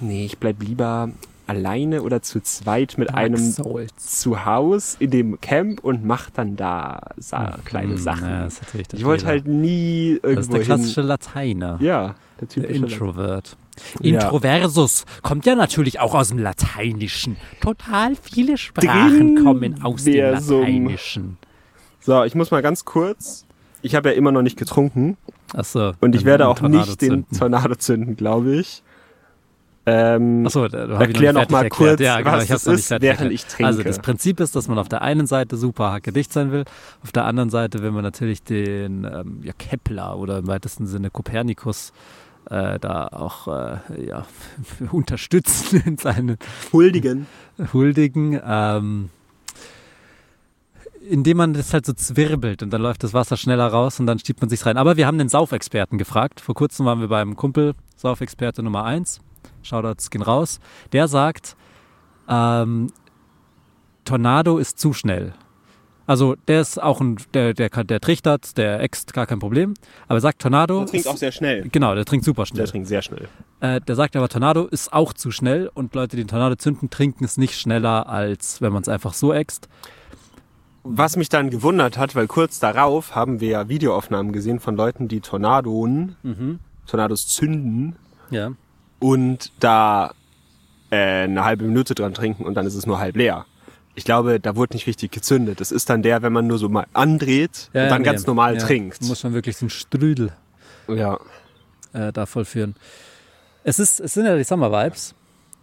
[SPEAKER 3] nee, ich bleib lieber alleine oder zu zweit mit einem
[SPEAKER 2] Souls.
[SPEAKER 3] zu Haus in dem Camp und mach dann da sa kleine Sachen.
[SPEAKER 2] mm, Hm, Ja, das ist natürlich der
[SPEAKER 3] ich wollte
[SPEAKER 2] Fehler.
[SPEAKER 3] halt nie irgendwo
[SPEAKER 2] Das ist der
[SPEAKER 3] hin.
[SPEAKER 2] klassische Lateiner.
[SPEAKER 3] Ja, der
[SPEAKER 2] Der
[SPEAKER 3] typische
[SPEAKER 2] Introvert.
[SPEAKER 3] Ja.
[SPEAKER 2] Introversus kommt ja natürlich auch aus dem Lateinischen. Total viele Sprachen
[SPEAKER 3] Drin
[SPEAKER 2] kommen aus dem
[SPEAKER 3] wär so-
[SPEAKER 2] Lateinischen.
[SPEAKER 3] So, ich muss mal ganz kurz. Ich habe ja immer noch nicht getrunken
[SPEAKER 2] Achso.
[SPEAKER 3] und ich werde auch
[SPEAKER 2] Tornado
[SPEAKER 3] nicht den
[SPEAKER 2] zünden.
[SPEAKER 3] Tornado zünden, glaube ich. Ähm,
[SPEAKER 2] Achso, da, da hab ich noch nicht
[SPEAKER 3] Erklär noch
[SPEAKER 2] fertig
[SPEAKER 3] mal
[SPEAKER 2] erklärt.
[SPEAKER 3] kurz,
[SPEAKER 2] ja, genau,
[SPEAKER 3] was
[SPEAKER 2] ich hab's
[SPEAKER 3] es
[SPEAKER 2] noch nicht
[SPEAKER 3] ist,
[SPEAKER 2] fertig
[SPEAKER 3] während
[SPEAKER 2] erklärt.
[SPEAKER 3] ich trinke.
[SPEAKER 2] Also das Prinzip ist, dass man auf der einen Seite super hackedicht sein will, auf der anderen Seite will man natürlich den ähm, ja, Kepler oder im weitesten Sinne Kopernikus äh, da auch äh, ja, unterstützen in seinen
[SPEAKER 3] Huldigen.
[SPEAKER 2] huldigen, ähm, indem man das halt so zwirbelt und dann läuft das Wasser schneller raus und dann schiebt man sich rein. Aber wir haben den Saufexperten gefragt. Vor kurzem waren wir beim Kumpel, Saufexperte Nummer 1. Shoutouts gehen raus. Der sagt, ähm, Tornado ist zu schnell. Also der ist auch ein, der, der, kann- der trichtert, der äxt, gar kein Problem. Aber er sagt Tornado.
[SPEAKER 3] Der trinkt
[SPEAKER 2] ist,
[SPEAKER 3] auch sehr schnell.
[SPEAKER 2] Genau, der trinkt super
[SPEAKER 3] Der
[SPEAKER 2] schnell.
[SPEAKER 3] trinkt sehr schnell.
[SPEAKER 2] Äh, der sagt aber, Tornado ist auch zu schnell und Leute, die einen Tornado zünden, trinken es nicht schneller, als wenn man es einfach so äxt.
[SPEAKER 3] Was mich dann gewundert hat, weil kurz darauf haben wir ja Videoaufnahmen gesehen von Leuten, die Tornadoen, Tornados zünden
[SPEAKER 2] Ja.
[SPEAKER 3] und da äh, eine halbe Minute dran trinken und dann ist es nur halb leer. Ich glaube, da wurde nicht richtig gezündet. Das ist dann der, wenn man nur so mal andreht und dann ganz normal trinkt.
[SPEAKER 2] Muss man wirklich so einen Strüdel
[SPEAKER 3] Ja.
[SPEAKER 2] äh, da vollführen. Es, ist, es sind ja die Summer-Vibes.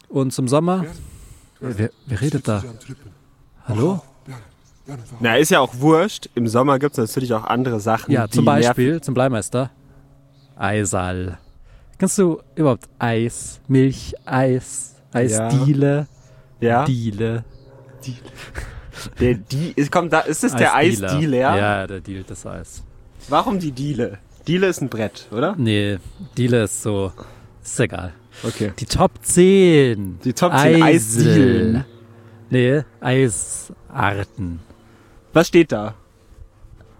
[SPEAKER 2] Und zum Sommer. Wer, wer redet da? Hallo?
[SPEAKER 3] Na, ist ja auch wurscht. Im Sommer gibt's natürlich auch andere Sachen.
[SPEAKER 2] Ja,
[SPEAKER 3] die
[SPEAKER 2] zum Beispiel zum Bleimeister. Eisal. Kennst du überhaupt Eis, Milch, Eis, Eisdiele,
[SPEAKER 3] nerven. Ja, die,
[SPEAKER 2] Diele?
[SPEAKER 3] der, die, ist- komm, da, ist es der
[SPEAKER 2] Eisdealer.
[SPEAKER 3] Eisdealer?
[SPEAKER 2] Ja, der dealt das Eis.
[SPEAKER 3] Warum die Diele? Diele ist ein Brett, oder?
[SPEAKER 2] Nee, Dealer ist so. Ist egal.
[SPEAKER 3] Okay.
[SPEAKER 2] Die Top 10.
[SPEAKER 3] Die Top 10
[SPEAKER 2] Eisel.
[SPEAKER 3] Eisdielen.
[SPEAKER 2] Nee, Eisarten.
[SPEAKER 3] Was steht da?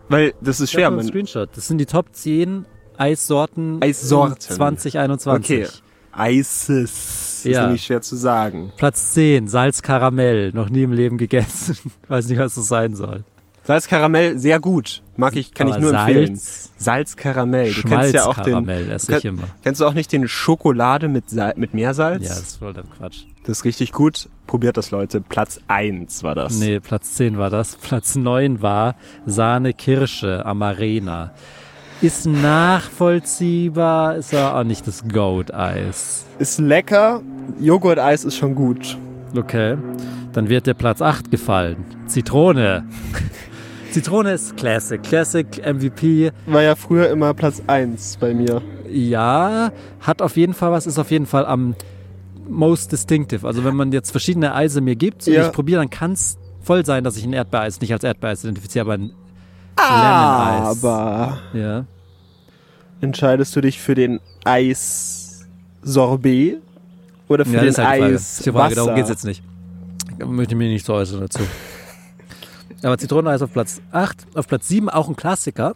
[SPEAKER 3] Weil das ist
[SPEAKER 2] Ich
[SPEAKER 3] schwer,
[SPEAKER 2] hab nur einen
[SPEAKER 3] man.
[SPEAKER 2] Screenshot. Das sind die Top 10 Eissorten,
[SPEAKER 3] Eissorten.
[SPEAKER 2] in 2021.
[SPEAKER 3] Okay. Eises. Ist
[SPEAKER 2] Ja.
[SPEAKER 3] nämlich schwer zu sagen.
[SPEAKER 2] Platz 10, Salzkaramell. Noch nie im Leben gegessen. Weiß nicht, was das sein soll.
[SPEAKER 3] Salzkaramell, sehr gut. Mag ich, kann
[SPEAKER 2] Aber
[SPEAKER 3] ich nur
[SPEAKER 2] Salz-
[SPEAKER 3] empfehlen. Salzkaramell. Du kennst ja auch den.
[SPEAKER 2] Schmalzkaramell esse
[SPEAKER 3] du
[SPEAKER 2] ich immer.
[SPEAKER 3] Kennst du auch nicht den Schokolade mit, Sal mit Meersalz?
[SPEAKER 2] Ja, das ist voll der Quatsch.
[SPEAKER 3] Das ist richtig gut. Probiert das, Leute. Platz 1 war das.
[SPEAKER 2] Nee, Platz 10 war das. Platz 9 war Sahne Kirsche am Arena. Ist nachvollziehbar, ist aber auch nicht das Goat-Eis.
[SPEAKER 3] Ist lecker. Joghurt-Eis ist schon gut.
[SPEAKER 2] Okay, dann wird der Platz 8 gefallen. Zitrone. Zitrone ist Classic. Classic MVP,
[SPEAKER 3] War ja früher immer Platz 1 bei mir.
[SPEAKER 2] ja, hat auf jeden Fall was, ist auf jeden Fall am most distinctive. Also wenn man jetzt verschiedene Eise mir gibt und
[SPEAKER 3] Ja.
[SPEAKER 2] ich probiere, dann kann es voll sein, dass ich ein Erdbeereis nicht als Erdbeereis identifiziere, aber ein Lemon-Eis.
[SPEAKER 3] Aber
[SPEAKER 2] Ja.
[SPEAKER 3] entscheidest du dich für den Eis-Sorbet oder für
[SPEAKER 2] Ja, das
[SPEAKER 3] den
[SPEAKER 2] ist halt die Frage. Das
[SPEAKER 3] Eis?
[SPEAKER 2] ist die Frage,
[SPEAKER 3] Wasser?
[SPEAKER 2] darum geht es jetzt nicht. Da möchte ich mich nicht so äußern dazu. Aber Zitroneneis auf Platz 8. Auf Platz 7 auch ein Klassiker.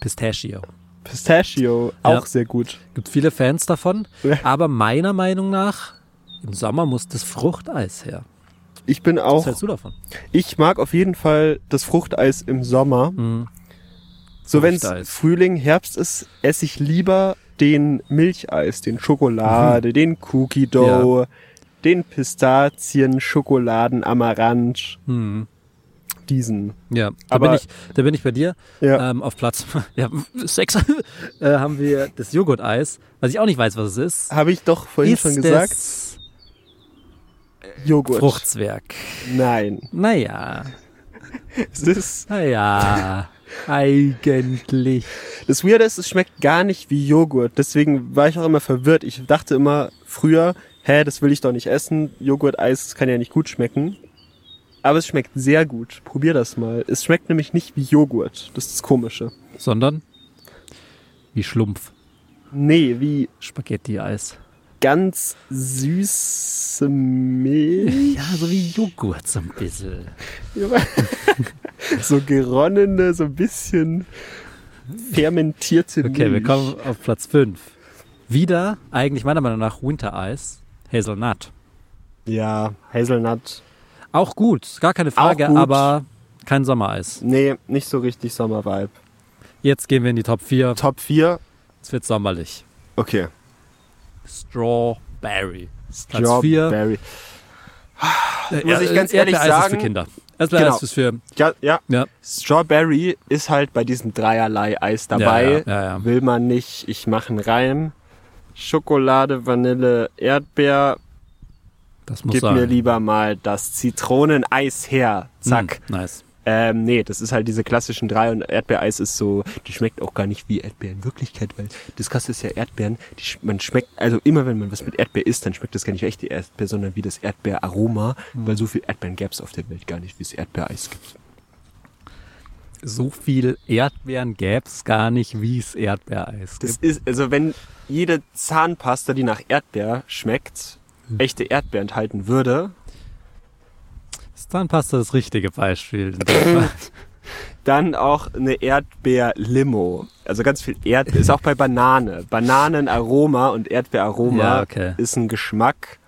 [SPEAKER 2] Pistachio.
[SPEAKER 3] Pistachio,
[SPEAKER 2] Ja.
[SPEAKER 3] auch sehr gut.
[SPEAKER 2] Gibt viele Fans davon.
[SPEAKER 3] Ja.
[SPEAKER 2] Aber meiner Meinung nach, im Sommer muss das Fruchteis her.
[SPEAKER 3] Ich bin
[SPEAKER 2] Was
[SPEAKER 3] auch,
[SPEAKER 2] hältst du davon?
[SPEAKER 3] ich mag auf jeden Fall das Fruchteis im Sommer. So wenn es
[SPEAKER 2] Mhm. Fruchteis.
[SPEAKER 3] Frühling, Herbst ist, esse ich lieber den Milcheis, den Schokolade,
[SPEAKER 2] Mhm.
[SPEAKER 3] den Cookie Dough, den Pistazien, Schokoladen, Amaranth,
[SPEAKER 2] Hm.
[SPEAKER 3] diesen.
[SPEAKER 2] Ja, da,
[SPEAKER 3] Aber-
[SPEAKER 2] bin ich, da bin ich bei dir.
[SPEAKER 3] Ja.
[SPEAKER 2] Ähm, auf Platz ja, 6 äh, haben wir das Joghurt-Eis, was ich auch nicht weiß, was es ist.
[SPEAKER 3] Habe ich doch vorhin
[SPEAKER 2] ist
[SPEAKER 3] schon gesagt.
[SPEAKER 2] das
[SPEAKER 3] Joghurt.
[SPEAKER 2] Fruchtzwerg.
[SPEAKER 3] Nein.
[SPEAKER 2] Naja,
[SPEAKER 3] Es ist,
[SPEAKER 2] naja, eigentlich.
[SPEAKER 3] das Weirde ist, es schmeckt gar nicht wie Joghurt. Deswegen war ich auch immer verwirrt. Ich dachte immer früher, hä, das will ich doch nicht essen. Joghurt-Eis, das kann ja nicht gut schmecken. Aber es schmeckt sehr gut. Probier das mal. Es schmeckt nämlich nicht wie Joghurt. Das ist das Komische.
[SPEAKER 2] Sondern wie Schlumpf.
[SPEAKER 3] Nee, wie
[SPEAKER 2] Spaghetti-Eis.
[SPEAKER 3] ganz süße Milch.
[SPEAKER 2] Ja, so wie Joghurt so ein bisschen.
[SPEAKER 3] so geronnene, so ein bisschen fermentierte Milch.
[SPEAKER 2] Okay, wir kommen auf Platz 5. Wieder, eigentlich meiner Meinung nach, Winter-Eis. Hazelnut.
[SPEAKER 3] Ja, Hazelnut.
[SPEAKER 2] Auch gut, gar keine Frage,
[SPEAKER 3] Auch gut.
[SPEAKER 2] aber kein Sommereis.
[SPEAKER 3] Nee, nicht so richtig Sommervibe.
[SPEAKER 2] Jetzt gehen wir in die Top 4.
[SPEAKER 3] Top 4.
[SPEAKER 2] Es wird sommerlich.
[SPEAKER 3] Okay.
[SPEAKER 2] Strawberry. Platz
[SPEAKER 3] Job,
[SPEAKER 2] 4.
[SPEAKER 3] Barry.
[SPEAKER 2] Muss
[SPEAKER 3] Muss ich ganz ehrlich
[SPEAKER 2] Erdbeereis ist
[SPEAKER 3] sagen-
[SPEAKER 2] für Kinder. Erdbeereis
[SPEAKER 3] Genau.
[SPEAKER 2] ist für
[SPEAKER 3] Ja, ja.
[SPEAKER 2] ja,
[SPEAKER 3] Strawberry ist halt bei diesem Dreierlei-Eis dabei.
[SPEAKER 2] Ja, ja, ja, ja.
[SPEAKER 3] Will man nicht, ich mache einen Reim. Schokolade, Vanille, Erdbeer.
[SPEAKER 2] das muss
[SPEAKER 3] Gib
[SPEAKER 2] sein.
[SPEAKER 3] mir lieber mal das Zitroneneis her. Zack.
[SPEAKER 2] Mm, nice.
[SPEAKER 3] Ähm, nee, das ist halt diese klassischen drei und Erdbeereis ist so, die schmeckt auch gar nicht wie Erdbeer in Wirklichkeit, weil das Krasse ist ja Erdbeeren, die, sch- man schmeckt, also immer wenn man was mit Erdbeer isst, dann schmeckt das gar nicht wie echte Erdbeer, sondern wie das Erdbeeraroma, weil so viel Erdbeeren gäbe es auf der Welt gar nicht, wie es Erdbeereis gibt.
[SPEAKER 2] So viel Erdbeeren gäb's gar nicht, wie es Erdbeereis
[SPEAKER 3] Das
[SPEAKER 2] gibt.
[SPEAKER 3] ist, also wenn jede Zahnpasta, die nach Erdbeer schmeckt, echte Erdbeer enthalten würde,
[SPEAKER 2] Zahnpasta ist das richtige Beispiel. in dem Fall.
[SPEAKER 3] dann auch eine Erdbeer-Limo. Also ganz viel Erdbeer. Ist auch bei Banane. Bananenaroma und Erdbeeraroma
[SPEAKER 2] Ja, okay.
[SPEAKER 3] ist ein Geschmack,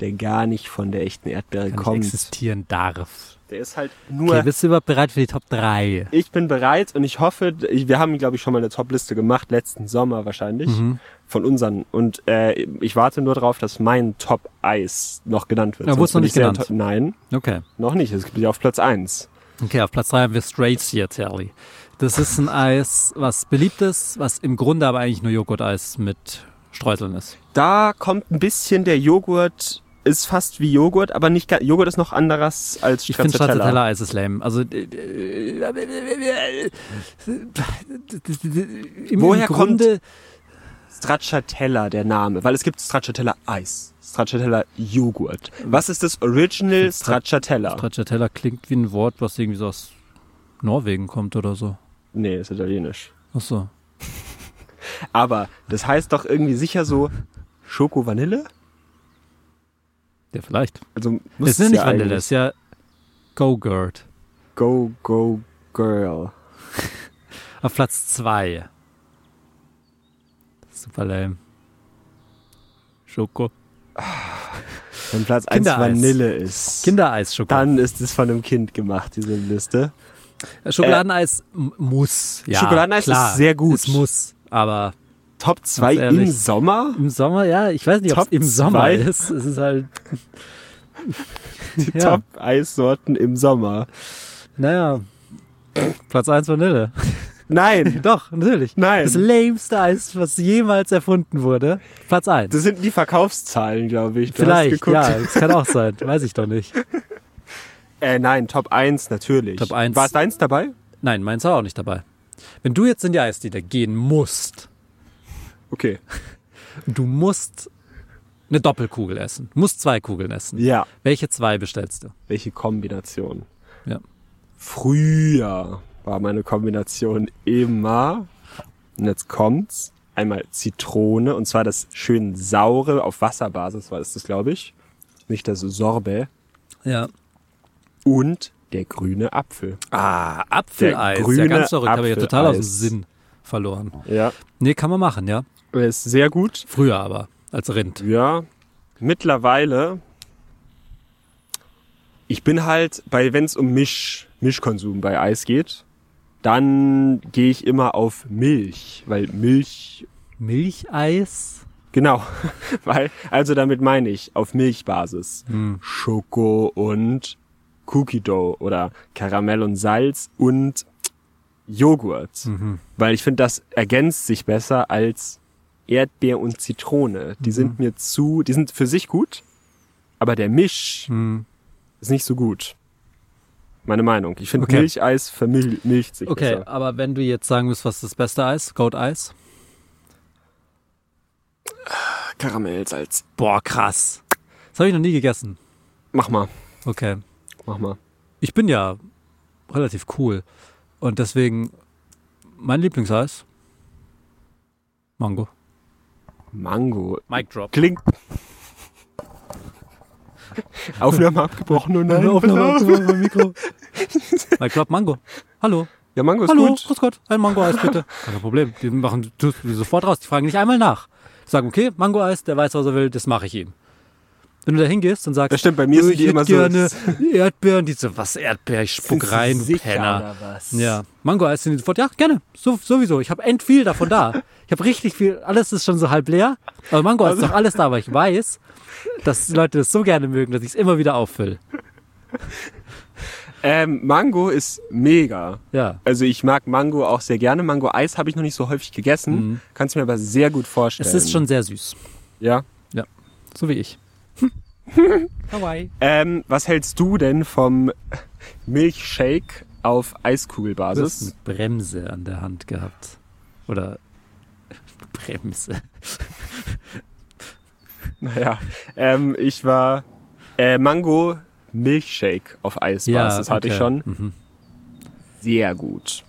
[SPEAKER 3] der gar nicht von der echten Erdbeere
[SPEAKER 2] Gar nicht
[SPEAKER 3] kommt.
[SPEAKER 2] existieren darf.
[SPEAKER 3] Der ist halt nur.
[SPEAKER 2] Okay, bist du überhaupt bereit für die Top 3?
[SPEAKER 3] ich bin bereit und ich hoffe, ich- wir haben, glaube ich, schon mal eine Top-Liste gemacht, letzten Sommer wahrscheinlich,
[SPEAKER 2] Mhm.
[SPEAKER 3] von unseren. Und äh, ich warte nur darauf, dass mein Top-Eis noch genannt wird.
[SPEAKER 2] Ja, wurde es
[SPEAKER 3] Sonst
[SPEAKER 2] noch
[SPEAKER 3] bin
[SPEAKER 2] nicht
[SPEAKER 3] ich sehr
[SPEAKER 2] genannt?
[SPEAKER 3] enttäuscht. Nein,
[SPEAKER 2] Okay.
[SPEAKER 3] noch nicht. Es gibt ja auf Platz eins.
[SPEAKER 2] Okay, auf Platz 3 haben wir Straits hier, Terry. Das ist ein Eis, was beliebt ist, was im Grunde aber eigentlich nur Joghurt-Eis mit Streuseln ist.
[SPEAKER 3] da kommt ein bisschen der Joghurt, ist fast wie Joghurt, aber nicht ga- Joghurt ist noch anderes als
[SPEAKER 2] Ich finde
[SPEAKER 3] Stracciatella.
[SPEAKER 2] Stracciatella-Eis ist lame. Also, äh, im
[SPEAKER 3] Woher
[SPEAKER 2] Grunde,
[SPEAKER 3] Stracciatella, der Name, weil es gibt Stracciatella Eis, Stracciatella Joghurt. Was ist das Original Stracciatella?
[SPEAKER 2] Stracciatella klingt wie ein Wort, was irgendwie so aus Norwegen kommt oder so.
[SPEAKER 3] Nee, ist italienisch.
[SPEAKER 2] Ach so.
[SPEAKER 3] Aber das heißt doch irgendwie sicher so Schoko Vanille?
[SPEAKER 2] Ja, vielleicht.
[SPEAKER 3] Also
[SPEAKER 2] Es
[SPEAKER 3] muss es
[SPEAKER 2] ist ja nicht
[SPEAKER 3] ja
[SPEAKER 2] Vanille, es
[SPEAKER 3] eigentlich
[SPEAKER 2] ist ja Go-Gurt.
[SPEAKER 3] Go Go Girl.
[SPEAKER 2] Auf Platz 2. Super lame. Schoko.
[SPEAKER 3] Wenn Platz eins
[SPEAKER 2] Kindereis.
[SPEAKER 3] Vanille ist,
[SPEAKER 2] Kindereis-Schokolade.
[SPEAKER 3] dann ist es von einem Kind gemacht, diese Liste.
[SPEAKER 2] Äh, Schokoladeneis m- muss. Ja,
[SPEAKER 3] äh, Schokoladeneis
[SPEAKER 2] klar,
[SPEAKER 3] ist sehr gut.
[SPEAKER 2] Es muss. Aber
[SPEAKER 3] Top zwei
[SPEAKER 2] Ganz ehrlich.
[SPEAKER 3] im Sommer?
[SPEAKER 2] im Sommer, ja, ich weiß nicht, ob es
[SPEAKER 3] Top
[SPEAKER 2] im Sommer
[SPEAKER 3] zwei.
[SPEAKER 2] ist. Es ist halt,
[SPEAKER 3] Die
[SPEAKER 2] Ja.
[SPEAKER 3] Top-Eissorten im Sommer.
[SPEAKER 2] naja. Platz 1 Vanille.
[SPEAKER 3] Nein,
[SPEAKER 2] Doch, natürlich.
[SPEAKER 3] Nein.
[SPEAKER 2] Das lameste Eis, was jemals erfunden wurde. Platz 1.
[SPEAKER 3] das sind die Verkaufszahlen, glaube ich. Du hast
[SPEAKER 2] Vielleicht,
[SPEAKER 3] geguckt.
[SPEAKER 2] ja, das kann auch sein. Weiß ich doch nicht.
[SPEAKER 3] Äh, nein, Top 1 natürlich.
[SPEAKER 2] Top 1.
[SPEAKER 3] War es deins dabei?
[SPEAKER 2] Nein, meins war auch nicht dabei. Wenn du jetzt in die Eisdiele gehen musst,
[SPEAKER 3] Okay.
[SPEAKER 2] du musst eine Doppelkugel essen. Du musst zwei Kugeln essen.
[SPEAKER 3] Ja.
[SPEAKER 2] Welche zwei bestellst du?
[SPEAKER 3] Welche Kombination?
[SPEAKER 2] Ja.
[SPEAKER 3] Früher war meine Kombination immer, und jetzt kommt's, einmal Zitrone und zwar das schön saure auf Wasserbasis war es das, glaube ich. Nicht das Sorbet.
[SPEAKER 2] Ja.
[SPEAKER 3] Und der grüne Apfel.
[SPEAKER 2] Ah, Apfeleis.
[SPEAKER 3] Der grüne
[SPEAKER 2] ja, ganz sorry, habe ich ja total aus dem
[SPEAKER 3] Apfeleis.
[SPEAKER 2] Sinn verloren.
[SPEAKER 3] Ja.
[SPEAKER 2] Nee, kann man machen, ja.
[SPEAKER 3] Ist sehr gut.
[SPEAKER 2] Früher aber, als Rind.
[SPEAKER 3] Ja. Mittlerweile. Ich bin halt bei, wenn es um Misch, Mischkonsum bei Eis geht, dann gehe ich immer auf Milch, weil Milch
[SPEAKER 2] Milcheis?
[SPEAKER 3] Genau, weil, also damit meine ich auf Milchbasis.
[SPEAKER 2] Hm.
[SPEAKER 3] Schoko und Cookie Dough oder Karamell und Salz und Joghurt.
[SPEAKER 2] Mhm.
[SPEAKER 3] Weil ich finde, das ergänzt sich besser als Erdbeer und Zitrone.
[SPEAKER 2] Mhm.
[SPEAKER 3] Die sind mir zu, die sind für sich gut, aber der Misch
[SPEAKER 2] Hm.
[SPEAKER 3] ist nicht so gut. Meine Meinung. Ich finde,
[SPEAKER 2] Okay.
[SPEAKER 3] Milcheis vermilcht sich
[SPEAKER 2] Okay,
[SPEAKER 3] besser.
[SPEAKER 2] aber wenn du jetzt sagen müsst, was ist das beste Eis? Goat Eis?
[SPEAKER 3] Karamell, Salz.
[SPEAKER 2] Boah, krass. Das habe ich noch nie gegessen.
[SPEAKER 3] Mach mal,
[SPEAKER 2] Okay.
[SPEAKER 3] mach mal.
[SPEAKER 2] Ich bin ja relativ cool. Und deswegen, mein Lieblingseis? Mango.
[SPEAKER 3] Mango.
[SPEAKER 2] Mic Drop.
[SPEAKER 3] Klingt. Aufnahme abgebrochen und nein.
[SPEAKER 2] Mikro. Mic Drop, Mango. Hallo.
[SPEAKER 3] Ja, Mango ist
[SPEAKER 2] Hallo,
[SPEAKER 3] gut.
[SPEAKER 2] grüß Gott, ein Mango-Eis bitte. Kein Problem, die machen tust du sofort raus, die fragen nicht einmal nach. Die sagen, okay, Mango-Eis, der weiß, was er will, das mache ich ihm. Wenn du da hingehst und sagst,
[SPEAKER 3] Das stimmt, bei mir
[SPEAKER 2] "Äh,
[SPEAKER 3] sind
[SPEAKER 2] ich
[SPEAKER 3] die immer
[SPEAKER 2] hätte
[SPEAKER 3] so-
[SPEAKER 2] gerne Erdbeeren, die so, was Erdbeer, ich spuck rein, du
[SPEAKER 3] Sicher
[SPEAKER 2] Penner.
[SPEAKER 3] oder was?
[SPEAKER 2] Ja, Mango-Eis sind die sofort, ja, gerne, so, sowieso, ich habe end viel davon da. Ich habe richtig viel, alles ist schon so halb leer, aber Mango-Eis
[SPEAKER 3] Also
[SPEAKER 2] ist doch alles da, weil ich weiß, dass die Leute das so gerne mögen, dass ich es immer wieder auffülle.
[SPEAKER 3] Ähm, Mango ist mega.
[SPEAKER 2] Ja.
[SPEAKER 3] Also ich mag Mango auch sehr gerne. Mango-Eis habe ich noch nicht so häufig gegessen. Kannst mir aber sehr gut vorstellen.
[SPEAKER 2] Mhm. Es ist schon sehr süß,
[SPEAKER 3] Ja.
[SPEAKER 2] so wie ich. Hawaii.
[SPEAKER 3] Ähm, was hältst du denn vom Milchshake auf
[SPEAKER 2] Du hast eine
[SPEAKER 3] Eiskugelbasis?
[SPEAKER 2] Bremse an der Hand gehabt. Oder Bremse.
[SPEAKER 3] Naja. Ähm, ich war äh, Mango Milchshake auf Eisbasis hatte ich
[SPEAKER 2] okay.
[SPEAKER 3] schon.
[SPEAKER 2] Mhm.
[SPEAKER 3] Sehr gut.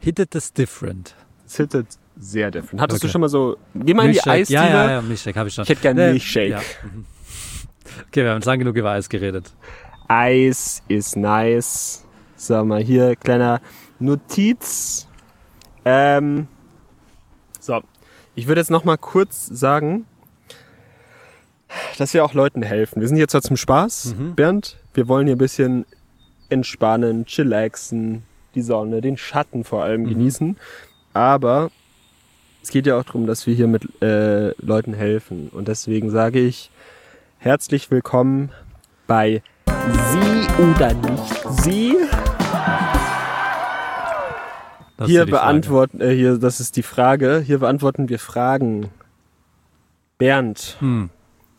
[SPEAKER 2] Hit it is different.
[SPEAKER 3] Es hittet sehr different. Hattest du
[SPEAKER 2] Okay.
[SPEAKER 3] schon mal so, geh mal in die
[SPEAKER 2] Milchshake.
[SPEAKER 3] Eisdiele.
[SPEAKER 2] Ja, ja, ja, Milchshake habe ich schon.
[SPEAKER 3] Ich hätte gern
[SPEAKER 2] Äh,
[SPEAKER 3] Milchshake.
[SPEAKER 2] ja. Mhm. Okay, wir haben jetzt lang genug über Eis geredet.
[SPEAKER 3] Eis ist nice. So, mal hier, kleiner Notiz. Ähm, so, ich würde jetzt noch mal kurz sagen, dass wir auch Leuten helfen. Wir sind hier zwar zum Spaß, Bernd. Wir wollen hier ein bisschen entspannen, chillaxen, die Sonne, den Schatten vor allem genießen. Aber es geht ja auch darum, dass wir hier mit äh, Leuten helfen. Und deswegen sage ich herzlich willkommen bei Sie oder nicht Sie.
[SPEAKER 2] Das ist ja
[SPEAKER 3] Hier
[SPEAKER 2] die Frage.
[SPEAKER 3] beantworten, äh, hier, das ist die Frage. Hier beantworten wir Fragen. Bernd,
[SPEAKER 2] Hm.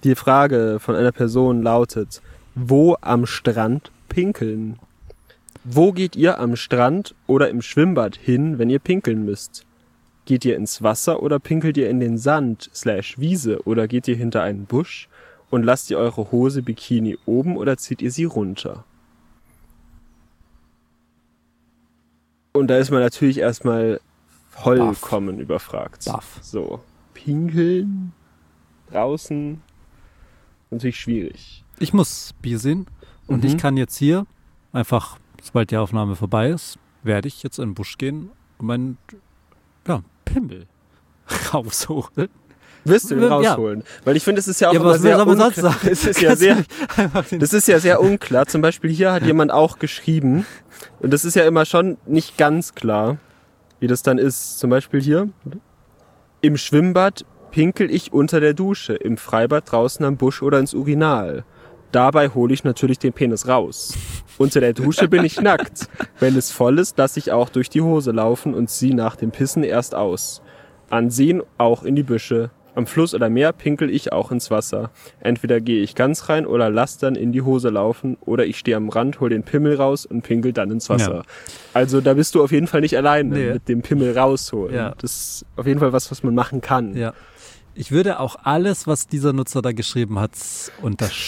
[SPEAKER 3] die Frage von einer Person lautet: Wo am Strand pinkeln? Wo geht ihr am Strand oder im Schwimmbad hin, wenn ihr pinkeln müsst? Geht ihr ins Wasser oder pinkelt ihr in den Sand, slash Wiese oder geht ihr hinter einen Busch und lasst ihr eure Hose Bikini oben oder zieht ihr sie runter? Und da ist man natürlich erstmal vollkommen überfragt.
[SPEAKER 2] Baff.
[SPEAKER 3] So, pinkeln draußen natürlich schwierig.
[SPEAKER 2] Ich muss Bier sehen und
[SPEAKER 3] Mhm.
[SPEAKER 2] ich kann jetzt hier einfach, sobald die Aufnahme vorbei ist, werde ich jetzt in den Busch gehen und meinen ja, Pimmel rausholen.
[SPEAKER 3] Wirst du ihn
[SPEAKER 2] Ja.
[SPEAKER 3] rausholen? Weil ich finde, es ist ja auch
[SPEAKER 2] Ja,
[SPEAKER 3] immer
[SPEAKER 2] was
[SPEAKER 3] sehr
[SPEAKER 2] soll man sonst
[SPEAKER 3] unklar-
[SPEAKER 2] sagen?
[SPEAKER 3] Es ist ja
[SPEAKER 2] Kannst du
[SPEAKER 3] sehr
[SPEAKER 2] nicht einfach den-
[SPEAKER 3] Das ist ja sehr unklar. Zum Beispiel hier hat jemand auch geschrieben. Und das ist ja immer schon nicht ganz klar, wie das dann ist. Zum Beispiel hier. Im Schwimmbad pinkel ich unter der Dusche, im Freibad draußen am Busch oder ins Urinal. Dabei hole ich natürlich den Penis raus. Unter der Dusche bin ich nackt. Wenn es voll ist, lasse ich auch durch die Hose laufen und zieh nach dem Pissen erst aus. An Seen auch in die Büsche. Am Fluss oder Meer pinkel ich auch ins Wasser. Entweder gehe ich ganz rein oder lass dann in die Hose laufen oder ich stehe am Rand, hol den Pimmel raus und pinkel dann ins Wasser.
[SPEAKER 2] Ja.
[SPEAKER 3] Also da bist du auf jeden Fall nicht alleine
[SPEAKER 2] Nee.
[SPEAKER 3] mit dem Pimmel rausholen.
[SPEAKER 2] Ja.
[SPEAKER 3] Das ist auf jeden Fall was, was man machen kann.
[SPEAKER 2] Ja. Ich würde auch alles, was dieser Nutzer da geschrieben hat,